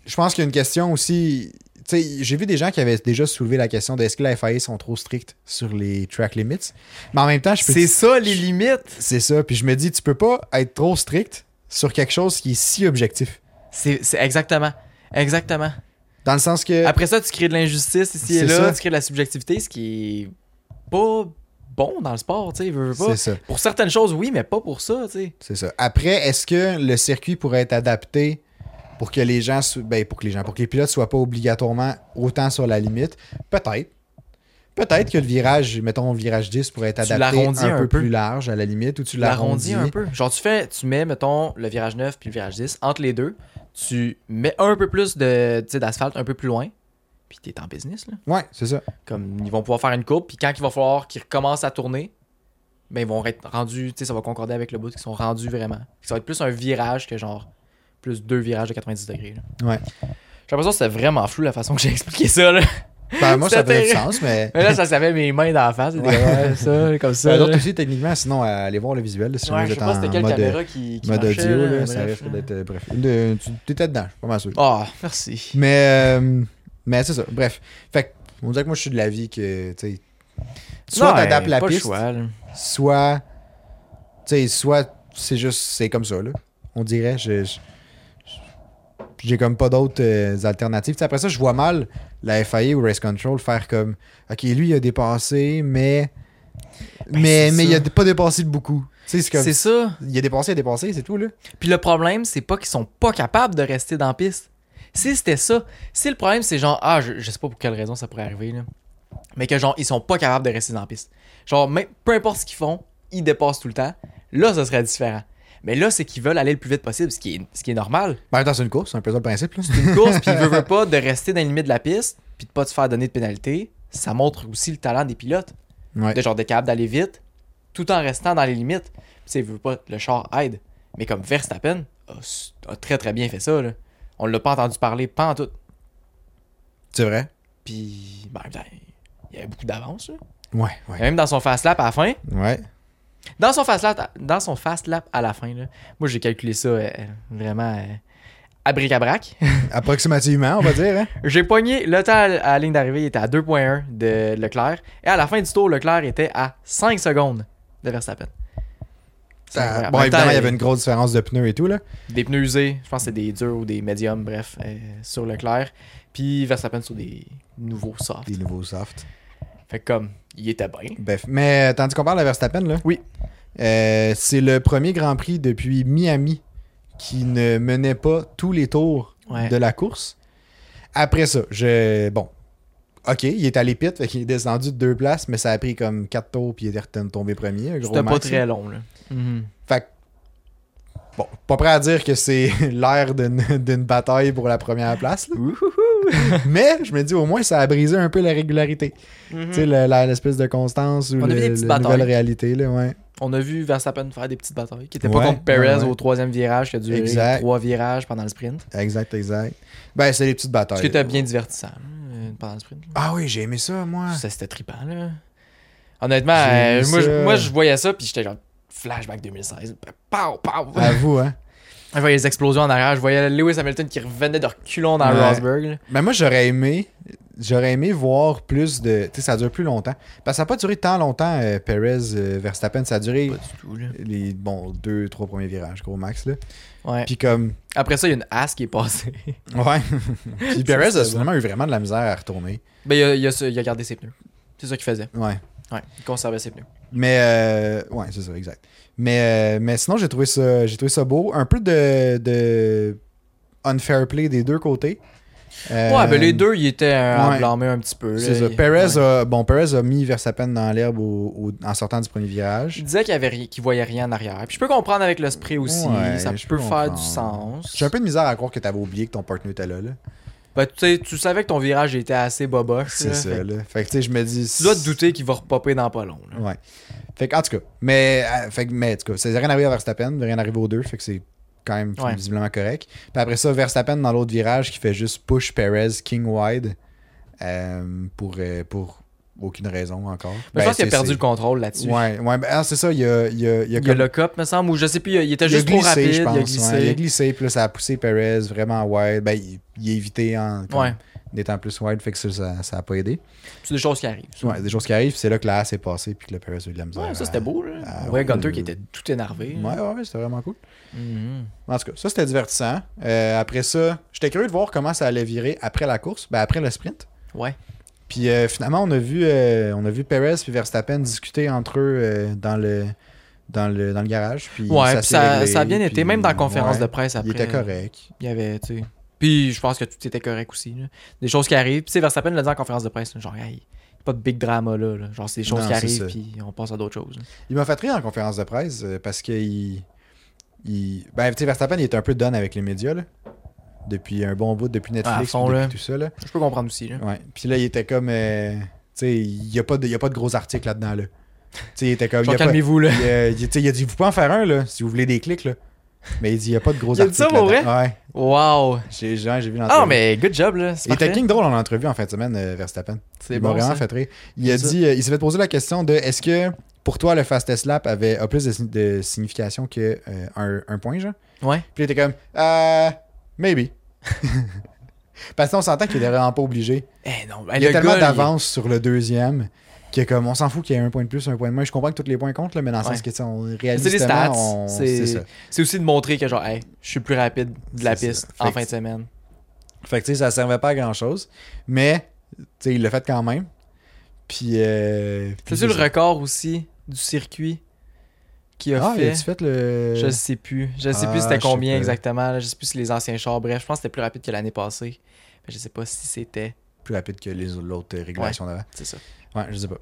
Speaker 3: je pense qu'il y a une question aussi. Tu sais, j'ai vu des gens qui avaient déjà soulevé la question de est-ce que la FIA sont trop strictes sur les track limits. Mais en même temps, je peux.
Speaker 1: C'est ça, les limites.
Speaker 3: C'est ça. Puis je me dis, tu peux pas être trop strict sur quelque chose qui est si objectif.
Speaker 1: C'est c'est exactement. Exactement.
Speaker 3: Dans le sens que.
Speaker 1: Après ça, tu crées de l'injustice ici et
Speaker 3: Euh, C'est
Speaker 1: là,
Speaker 3: ça.
Speaker 1: tu crées de la subjectivité, ce qui est pas bon dans le sport, tu sais, veux, veux pas.
Speaker 3: c'est ça.
Speaker 1: Pour certaines choses, oui, mais pas pour ça, tu sais.
Speaker 3: C'est ça. Après, est-ce que le circuit pourrait être adapté pour que les gens, sou- ben, pour que les gens, pour que les pilotes soient pas obligatoirement autant sur la limite Peut-être. Peut-être que le virage, mettons le virage 10 pourrait être
Speaker 1: Tu
Speaker 3: adapté
Speaker 1: l'arrondis
Speaker 3: un,
Speaker 1: un
Speaker 3: peu,
Speaker 1: peu.
Speaker 3: plus large à la limite ou tu
Speaker 1: Tu l'arrondis
Speaker 3: l'arrondis
Speaker 1: un peu. Genre, tu fais, tu mets, mettons, le virage 9 puis le virage 10, entre les deux, tu mets un peu plus de, tu sais, d'asphalte un peu plus loin, puis t'es en business, là.
Speaker 3: Ouais, c'est ça.
Speaker 1: Comme, ils vont pouvoir faire une courbe, puis quand il va falloir qu'ils recommencent à tourner, ben, ils vont être rendus, tu sais, ça va concorder avec le bout qu'ils sont rendus vraiment. Ça va être plus un virage que genre, plus deux virages de 90 degrés, là.
Speaker 3: Ouais.
Speaker 1: J'ai l'impression que c'était vraiment flou la façon que j'ai expliqué ça. Là.
Speaker 3: Ben, moi, ça
Speaker 1: C'était
Speaker 3: fait du
Speaker 1: terrible.
Speaker 3: sens, mais.
Speaker 1: Mais là, ça s'avait mes mains dans la face. c'était ouais, ça, comme ça.
Speaker 3: Ben,
Speaker 1: là.
Speaker 3: D'autres aussi, techniquement, sinon, euh, allez voir le visuel. là, Si
Speaker 1: Ouais,
Speaker 3: jamais
Speaker 1: je
Speaker 3: vous
Speaker 1: sais
Speaker 3: êtes
Speaker 1: pas c'était
Speaker 3: en
Speaker 1: quelle
Speaker 3: mode, euh,
Speaker 1: caméra qui, qui
Speaker 3: mode
Speaker 1: marchait,
Speaker 3: audio,
Speaker 1: là,
Speaker 3: là, ça
Speaker 1: bref,
Speaker 3: risque
Speaker 1: là.
Speaker 3: d'être. euh, Bref. Une de- tu- T'étais dedans, je suis pas mal sûr.
Speaker 1: Ah, merci.
Speaker 3: Mais, euh, mais c'est ça. Bref. Fait que, on dirait que moi, je suis de l'avis que, tu sais, soit
Speaker 1: Non,
Speaker 3: t'adaptes
Speaker 1: hey,
Speaker 3: la
Speaker 1: pas le
Speaker 3: piste,
Speaker 1: choix, là.
Speaker 3: soit, tu sais, soit c'est juste, c'est comme ça, là. On dirait, je- je- je- j'ai comme pas d'autres euh, alternatives. Tu sais, après ça, je vois mal la FIA ou Race Control faire comme, OK, lui, il a dépassé, mais,
Speaker 1: Ben,
Speaker 3: mais,
Speaker 1: c'est
Speaker 3: mais il
Speaker 1: ça.
Speaker 3: a pas dépassé de beaucoup. Tu sais, c'est comme,
Speaker 1: C'est ça.
Speaker 3: il a dépassé, il a dépassé, c'est tout, là.
Speaker 1: Puis le problème, c'est pas qu'ils sont pas capables de rester dans la piste. Si c'était ça, si le problème c'est genre, ah, je, je sais pas pour quelle raison ça pourrait arriver, là, mais que genre, ils sont pas capables de rester dans la piste. Genre, même, peu importe ce qu'ils font, ils dépassent tout le temps. Là, ça serait différent. Mais là, c'est qu'ils veulent aller le plus vite possible, ce qui est, ce qui est normal.
Speaker 3: Ben, attends, c'est une course, c'est un peu ça le principe, là.
Speaker 1: une course, puis il veut, veut pas de rester dans les limites de la piste, puis de pas te faire donner de pénalité, ça montre aussi le talent des pilotes.
Speaker 3: Ouais.
Speaker 1: De genre d'être capable d'aller vite, tout en restant dans les limites. Puis tu sais, il veut pas le char aide. Mais comme Verstappen a, s- a très très bien fait ça, là. On l'a pas entendu parler pas en tout.
Speaker 3: C'est vrai?
Speaker 1: Puis, ben, ben, il y avait beaucoup d'avance, là.
Speaker 3: Ouais, ouais.
Speaker 1: Même dans son fast lap à la fin.
Speaker 3: Ouais.
Speaker 1: Dans son fast lap, dans son fast lap à la fin, là. Moi, j'ai calculé ça euh, vraiment euh, à bric-à-brac.
Speaker 3: Approximativement, on va dire, hein.
Speaker 1: J'ai pogné le temps à la ligne d'arrivée il était à 2.1 de Leclerc et à la fin du tour Leclerc était à 5 secondes de Verstappen. C'est
Speaker 3: Ça-
Speaker 1: incroyable.
Speaker 3: bon,
Speaker 1: En même temps,
Speaker 3: évidemment, il y avait
Speaker 1: euh,
Speaker 3: une grosse différence de pneus et tout, là.
Speaker 1: des pneus usés, je pense que c'est des durs ou des médiums bref euh, sur Leclerc puis Verstappen sur des nouveaux softs.
Speaker 3: Des nouveaux softs.
Speaker 1: Fait que comme il était bien.
Speaker 3: Bref. Mais euh, tandis qu'on parle de Verstappen, là.
Speaker 1: Oui.
Speaker 3: euh, c'est le premier Grand Prix depuis Miami qui ne menait pas tous les tours
Speaker 1: Ouais.
Speaker 3: de la course. Après ça, je. Bon. Ok, il est allé pit, fait qu'il est descendu de deux places, mais ça a pris comme quatre tours, puis il est retourné tomber premier. un gros
Speaker 1: C'était pas
Speaker 3: max, là.
Speaker 1: très long là. Mhm.
Speaker 3: Fait que, bon, pas prêt à dire que c'est l'air d'une d'une bataille pour la première place, là. mais je me dis au moins ça a brisé un peu la régularité. Tu sais, le- la- l'espèce de constance ou
Speaker 1: Hmm. On a vu
Speaker 3: le-
Speaker 1: des petites
Speaker 3: la nouvelle
Speaker 1: batailles.
Speaker 3: réalité, là, ouais.
Speaker 1: On a vu Verstappen faire des petites batailles qui était pas
Speaker 3: Ouais,
Speaker 1: contre Perez
Speaker 3: ouais, ouais.
Speaker 1: au troisième virage qui a duré
Speaker 3: Exact.
Speaker 1: trois virages pendant le sprint.
Speaker 3: Exact, exact. Ben, c'est les petites batailles.
Speaker 1: Ce qui était bien divertissant euh, pendant le sprint.
Speaker 3: Ah oui, j'ai aimé ça, moi.
Speaker 1: Ça, c'était trippant, là. Honnêtement,
Speaker 3: J'ai
Speaker 1: euh,
Speaker 3: vu
Speaker 1: moi,
Speaker 3: ça.
Speaker 1: je, moi, je voyais ça, puis j'étais genre flashback 2016. Pow, pow.
Speaker 3: Avoue, hein.
Speaker 1: Je voyais les explosions en arrière. Je voyais Lewis Hamilton qui revenait de reculons dans
Speaker 3: Ouais.
Speaker 1: Rosberg. là.
Speaker 3: Ben, moi, j'aurais aimé. J'aurais aimé voir plus de. Tu sais, ça dure plus longtemps. Parce que ça n'a pas duré tant longtemps, euh, Perez, euh, Verstappen. Ça a duré
Speaker 1: Pas du tout, là.
Speaker 3: les bon, deux, trois premiers virages, gros max, là.
Speaker 1: Ouais.
Speaker 3: Puis comme.
Speaker 1: Après ça, il y a une hasse qui est passée.
Speaker 3: Ouais. Puis Perez a
Speaker 1: c'était
Speaker 3: finalement eu vraiment de la misère à retourner.
Speaker 1: ben, il a, il a ça- il a gardé ses pneus. C'est ça qu'il faisait.
Speaker 3: Ouais.
Speaker 1: Ouais, il conservait ses pneus.
Speaker 3: Mais euh, ouais, c'est ça, exact. Mais, euh, mais sinon, j'ai trouvé ça j'ai trouvé ça beau. Un peu de, de unfair play des deux côtés. Euh,
Speaker 1: Ouais, ben les deux, ils étaient euh, à
Speaker 3: ouais.
Speaker 1: blâmer un petit peu.
Speaker 3: C'est
Speaker 1: là.
Speaker 3: ça.
Speaker 1: Il-
Speaker 3: Perez,
Speaker 1: ouais.
Speaker 3: a, bon, Perez a mis Verstappen dans l'herbe au- au- en sortant du premier virage.
Speaker 1: Il disait qu'il avait ri- qu'il voyait rien en arrière. Puis je peux comprendre avec le spray aussi,
Speaker 3: Ouais,
Speaker 1: ça
Speaker 3: je
Speaker 1: peut
Speaker 3: peux
Speaker 1: faire
Speaker 3: comprendre.
Speaker 1: du sens.
Speaker 3: J'ai un peu de misère à croire que t'avais oublié que ton partenaire était là. là.
Speaker 1: Ben, tu sais, tu savais que ton virage était assez boboche.
Speaker 3: C'est
Speaker 1: là.
Speaker 3: ça.
Speaker 1: Fait que
Speaker 3: là. Fait que tu sais, je me dis.
Speaker 1: Tu dois te douter qu'il va repopper dans pas long. là.
Speaker 3: Ouais. Fait que, en tout cas, mais, euh, fait que, mais, en tout cas, c'est rien arrivé à Verstappen, rien arrivé aux deux, fait que c'est quand même
Speaker 1: Ouais.
Speaker 3: visiblement correct. Puis après ça, Verstappen dans l'autre virage qui fait juste push Perez king wide euh, pour, euh, pour aucune raison encore.
Speaker 1: Mais je pense qu'il a perdu le contrôle
Speaker 3: contrôle.
Speaker 1: là-dessus.
Speaker 3: Ben, Ouais, ouais, ben, ah, c'est ça, il y a, il y a, il y a
Speaker 1: Il y a
Speaker 3: comme-
Speaker 1: le cop, me semble, ou je sais plus, il était
Speaker 3: il a
Speaker 1: juste trop
Speaker 3: glissé,
Speaker 1: rapide,
Speaker 3: je pense,
Speaker 1: il a
Speaker 3: ouais.
Speaker 1: glissé.
Speaker 3: il a glissé, puis là, ça a poussé Perez vraiment wide. Ben, il, il a évité en comme,
Speaker 1: Ouais.
Speaker 3: étant plus wide, fait que ça, ça, ça a pas aidé.
Speaker 1: C'est des choses qui arrivent. ça.
Speaker 3: Ouais, des choses qui arrivent, c'est là que la A s'est passée, puis que le Perez a eu de la misère.
Speaker 1: Ouais, ça
Speaker 3: à-
Speaker 1: c'était beau. Là.
Speaker 3: Ah,
Speaker 1: ouais,
Speaker 3: ouais.
Speaker 1: Gunter qui était tout énervé.
Speaker 3: Ouais, ouais, ouais, c'était vraiment cool.
Speaker 1: Mhm.
Speaker 3: En tout cas, ça c'était divertissant. Euh, après ça, j'étais curieux de voir comment ça allait virer après la course, ben, après le sprint.
Speaker 1: Ouais.
Speaker 3: Puis euh, finalement, on a vu, euh, on a vu Perez puis Verstappen discuter entre eux euh, dans le dans le dans le garage. Puis
Speaker 1: Ouais, puis
Speaker 3: s'est
Speaker 1: ça,
Speaker 3: réglé,
Speaker 1: ça a bien été,
Speaker 3: puis-
Speaker 1: même dans la conférence
Speaker 3: ouais,
Speaker 1: de presse après.
Speaker 3: Il était correct.
Speaker 1: Il y avait, tu sais. Puis je pense que tout était correct aussi. là. Des choses qui arrivent. Puis tu sais, Verstappen l'a dit en conférence de presse. là, genre, hey, pas de big drama là. là. Genre, c'est des choses
Speaker 3: Non,
Speaker 1: qui
Speaker 3: c'est
Speaker 1: arrivent,
Speaker 3: ça.
Speaker 1: puis on passe à d'autres choses. là.
Speaker 3: Il m'a fait rire en conférence de presse euh, parce que il, il- ben, tu sais, Verstappen il est un peu done avec les médias là, depuis un bon bout, depuis Netflix,
Speaker 1: Ah, à fond,
Speaker 3: puis
Speaker 1: là.
Speaker 3: depuis tout ça là.
Speaker 1: Je peux comprendre aussi. Là.
Speaker 3: Ouais. Puis là, il était comme. euh, tu sais, il n'y a, pas de- il y a pas de gros article là-dedans. Là. Tu sais, il était comme.
Speaker 1: Genre,
Speaker 3: il y a pas-
Speaker 1: calmez-vous là.
Speaker 3: il, euh, il- tu sais, il a dit Vous pouvez en faire un, là, si vous voulez des clics. Là. Mais il dit Il n'y a pas de gros
Speaker 1: Il a dit
Speaker 3: articles.
Speaker 1: ça pour
Speaker 3: là-dedans. Ouais.
Speaker 1: Wow.
Speaker 3: J'ai j'ai- j'ai vu l'entrevue.
Speaker 1: Ah, mais good job là. C'est
Speaker 3: Ah, Il était
Speaker 1: parfait.
Speaker 3: king drôle en entrevue en fin de semaine, euh, Verstappen.
Speaker 1: C'est
Speaker 3: Il m'a
Speaker 1: bon.
Speaker 3: vraiment
Speaker 1: ça.
Speaker 3: fait rire. Il, a
Speaker 1: C'est ça.
Speaker 3: dit, euh, il s'est fait poser la question de est-ce que pour toi le fastest lap avait, a plus de, sign- de signification que euh, un, un point, genre
Speaker 1: Ouais.
Speaker 3: Puis il était comme Euh, Maybe. Parce qu'on s'entend qu'il était vraiment pas obligé.
Speaker 1: Eh non,
Speaker 3: Il y a tellement d'avance sur le deuxième que comme on s'en fout qu'il y ait un point de plus, un point de moins. Je comprends que tous les points comptent, là, mais dans le
Speaker 1: Ouais.
Speaker 3: sens que tu sais, on
Speaker 1: C'est
Speaker 3: réalise
Speaker 1: des stats.
Speaker 3: on...
Speaker 1: C'est-
Speaker 3: c'est ça.
Speaker 1: C'est aussi de montrer que genre, hey, je suis plus rapide de la
Speaker 3: C'est
Speaker 1: piste
Speaker 3: ça. Fait
Speaker 1: en
Speaker 3: que-
Speaker 1: fin de semaine.
Speaker 3: Fait que tu sais, ça servait pas à grand chose, mais tu sais, il l'a fait quand même. Puis. Euh, puis
Speaker 1: C'est-tu le
Speaker 3: ça.
Speaker 1: record aussi du circuit qui a
Speaker 3: Ah,
Speaker 1: fait?
Speaker 3: tu fait le.
Speaker 1: Je sais plus. Je sais plus
Speaker 3: Ah,
Speaker 1: c'était
Speaker 3: je sais
Speaker 1: combien
Speaker 3: pas.
Speaker 1: exactement. là. Je sais plus si les anciens chars. Bref, je pense que c'était plus rapide que l'année passée. Mais je sais pas si c'était.
Speaker 3: Plus rapide que les l'autre régulation d'avant.
Speaker 1: C'est ça.
Speaker 3: Ouais, je sais pas.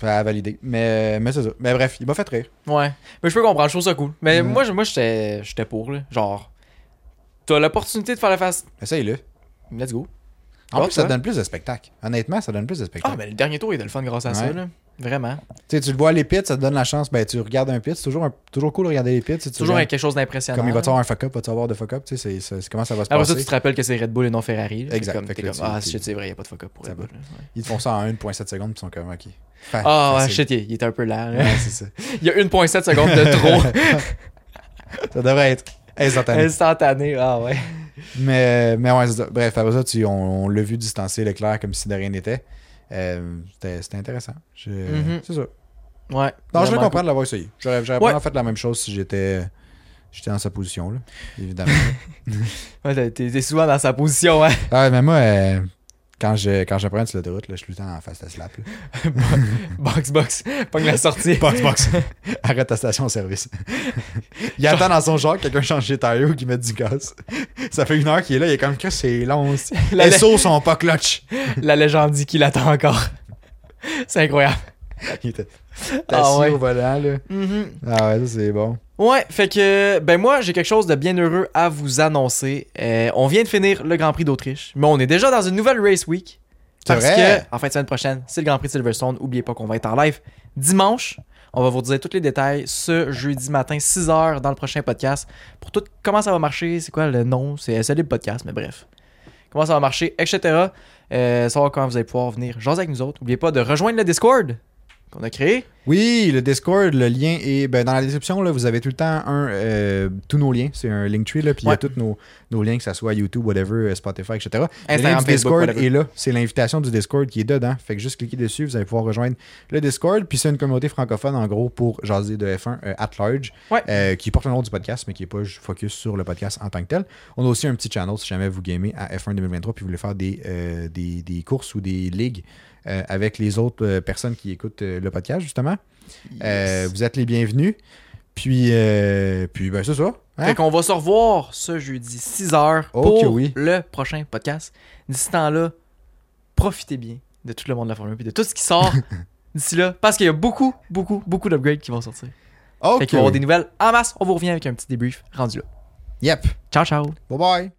Speaker 3: Fait à valider. Mais, mais c'est ça. Mais bref, il m'a fait rire.
Speaker 1: Ouais. Mais je peux comprendre. Je trouve ça cool. Mais
Speaker 3: Mhm.
Speaker 1: moi, je- moi j'étais j'étais pour. Là. Genre, t'as l'opportunité de faire la face.
Speaker 3: Essaye-le.
Speaker 1: Let's go.
Speaker 3: En
Speaker 1: Ah,
Speaker 3: plus, ça
Speaker 1: ouais.
Speaker 3: te donne plus de spectacle. Honnêtement, ça donne plus de
Speaker 1: Ah,
Speaker 3: spectacle.
Speaker 1: mais le dernier tour, il était le fun grâce à ça.
Speaker 3: Ouais.
Speaker 1: Là. Vraiment.
Speaker 3: Tu sais, tu le vois à les pits, ça te donne la chance. Ben, tu regardes un pit, c'est toujours, un- toujours cool de regarder les pits. si tu
Speaker 1: Toujours
Speaker 3: regardes-
Speaker 1: avec quelque chose d'impressionnant.
Speaker 3: Comme il va te
Speaker 1: là.
Speaker 3: avoir un fuck-up, va-tu avoir de fuck-up, tu sais, c'est- c'est c'est comment ça va se
Speaker 1: Après
Speaker 3: passer.
Speaker 1: ça, tu te rappelles que c'est Red Bull et non Ferrari. là. Fait
Speaker 3: Exact.
Speaker 1: Comme,
Speaker 3: Fait
Speaker 1: t'es
Speaker 3: que là,
Speaker 1: comme,
Speaker 3: tu-
Speaker 1: ah,
Speaker 3: tu-
Speaker 1: shit, c'est vrai, il n'y a pas de fuck up pour
Speaker 3: Ça
Speaker 1: Red
Speaker 3: va.
Speaker 1: Bull. là. Ouais.
Speaker 3: Ils te font ça en 1.7 secondes, puis ils sont comme, ok. Fa-
Speaker 1: Ah, ouais,
Speaker 3: facile.
Speaker 1: shit, il il était un peu là. là.
Speaker 3: Ouais, c'est ça.
Speaker 1: Il y a 1,7 secondes de trop
Speaker 3: Ça devrait être instantané.
Speaker 1: instantané. Ah, ouais.
Speaker 3: mais, mais ouais, c'est ça. Bref, après ça, tu- on, on l'a vu distancer Leclerc comme si de rien n'était. Euh, C'était c'était intéressant. Je-
Speaker 1: Mhm.
Speaker 3: C'est ça.
Speaker 1: Ouais.
Speaker 3: Non, je le
Speaker 1: vraiment
Speaker 3: comprends de l'avoir essayé. J'aurais
Speaker 1: Ouais.
Speaker 3: j'aurais probablement fait la même chose si j'étais j'étais dans sa position, là, évidemment.
Speaker 1: Ouais, t'es- t'es t'es souvent dans sa position, hein.
Speaker 3: ah, mais moi, euh, quand je quand je prends sur l'autoroute, là, je suis tout le temps en face à slap. là.
Speaker 1: box, box. Pogne la sortie.
Speaker 3: Box, box. Arrête ta station-service. il attend dans son genre que quelqu'un change ses taillots ou qu'il mette du gaz. Ça fait une heure qu'il est là, il est comme que c'est long. aussi.
Speaker 1: La-
Speaker 3: Les sauts sont pas clutch.
Speaker 1: La légende dit qu'il attend encore. C'est incroyable.
Speaker 3: Il était
Speaker 1: Ah
Speaker 3: assis
Speaker 1: ouais.
Speaker 3: au volant, là.
Speaker 1: Mm-hmm.
Speaker 3: Ah ouais, ça c'est bon.
Speaker 1: Ouais, fait que, ben moi, j'ai quelque chose de bien heureux à vous annoncer. Euh, on vient de finir le Grand Prix d'Autriche, mais on est déjà dans une nouvelle Race Week.
Speaker 3: C'est
Speaker 1: Parce
Speaker 3: vrai.
Speaker 1: que, en fin de semaine prochaine, c'est le Grand Prix de Silverstone. Oubliez pas qu'on va être en live dimanche. On va vous dire tous les détails ce jeudi matin, 6h, dans le prochain podcast. Pour tout comment ça va marcher, c'est quoi le nom C'est SLB Podcast, mais bref. Comment ça va marcher, etc. Euh, savoir comment vous allez pouvoir venir jaser avec nous autres. Oubliez pas de rejoindre le Discord qu'on a créé.
Speaker 3: Oui, le Discord, le lien est ben, dans la description. Là, vous avez tout le temps un, euh, tous nos liens. C'est un Linktree. Là, puis il y
Speaker 1: Ouais.
Speaker 3: a tous nos, nos liens, que ce soit YouTube, whatever, euh, Spotify, etc. le lien
Speaker 1: Instagram,
Speaker 3: du
Speaker 1: Facebook,
Speaker 3: Discord
Speaker 1: whatever.
Speaker 3: est là. C'est l'invitation du Discord qui est dedans. Fait que juste cliquez dessus, vous allez pouvoir rejoindre le Discord. Puis c'est une communauté francophone, en gros, pour jaser de F1 euh, at large,
Speaker 1: Ouais.
Speaker 3: euh, qui porte le nom du podcast, mais qui n'est pas juste focus sur le podcast en tant que tel. On a aussi un petit channel si jamais vous gamez à F1 2023 puis vous voulez faire des, euh, des, des courses ou des ligues euh, avec les autres euh, personnes qui écoutent euh, le podcast, justement. Euh,
Speaker 1: Yes.
Speaker 3: vous êtes les bienvenus. Puis, euh, puis ben, c'est ça. Hein?
Speaker 1: Fait qu'on va se revoir ce jeudi 6h
Speaker 3: Oh
Speaker 1: pour
Speaker 3: que oui.
Speaker 1: le prochain podcast. D'ici ce temps-là, profitez bien de tout le monde de la Formule 1 et de tout ce qui sort d'ici là parce qu'il y a beaucoup, beaucoup, beaucoup d'upgrades qui vont sortir.
Speaker 3: Ok.
Speaker 1: Fait qu'il va y avoir des nouvelles en masse. On vous revient avec un petit débrief rendu là.
Speaker 3: Yep.
Speaker 1: Ciao, ciao!
Speaker 3: Bye bye.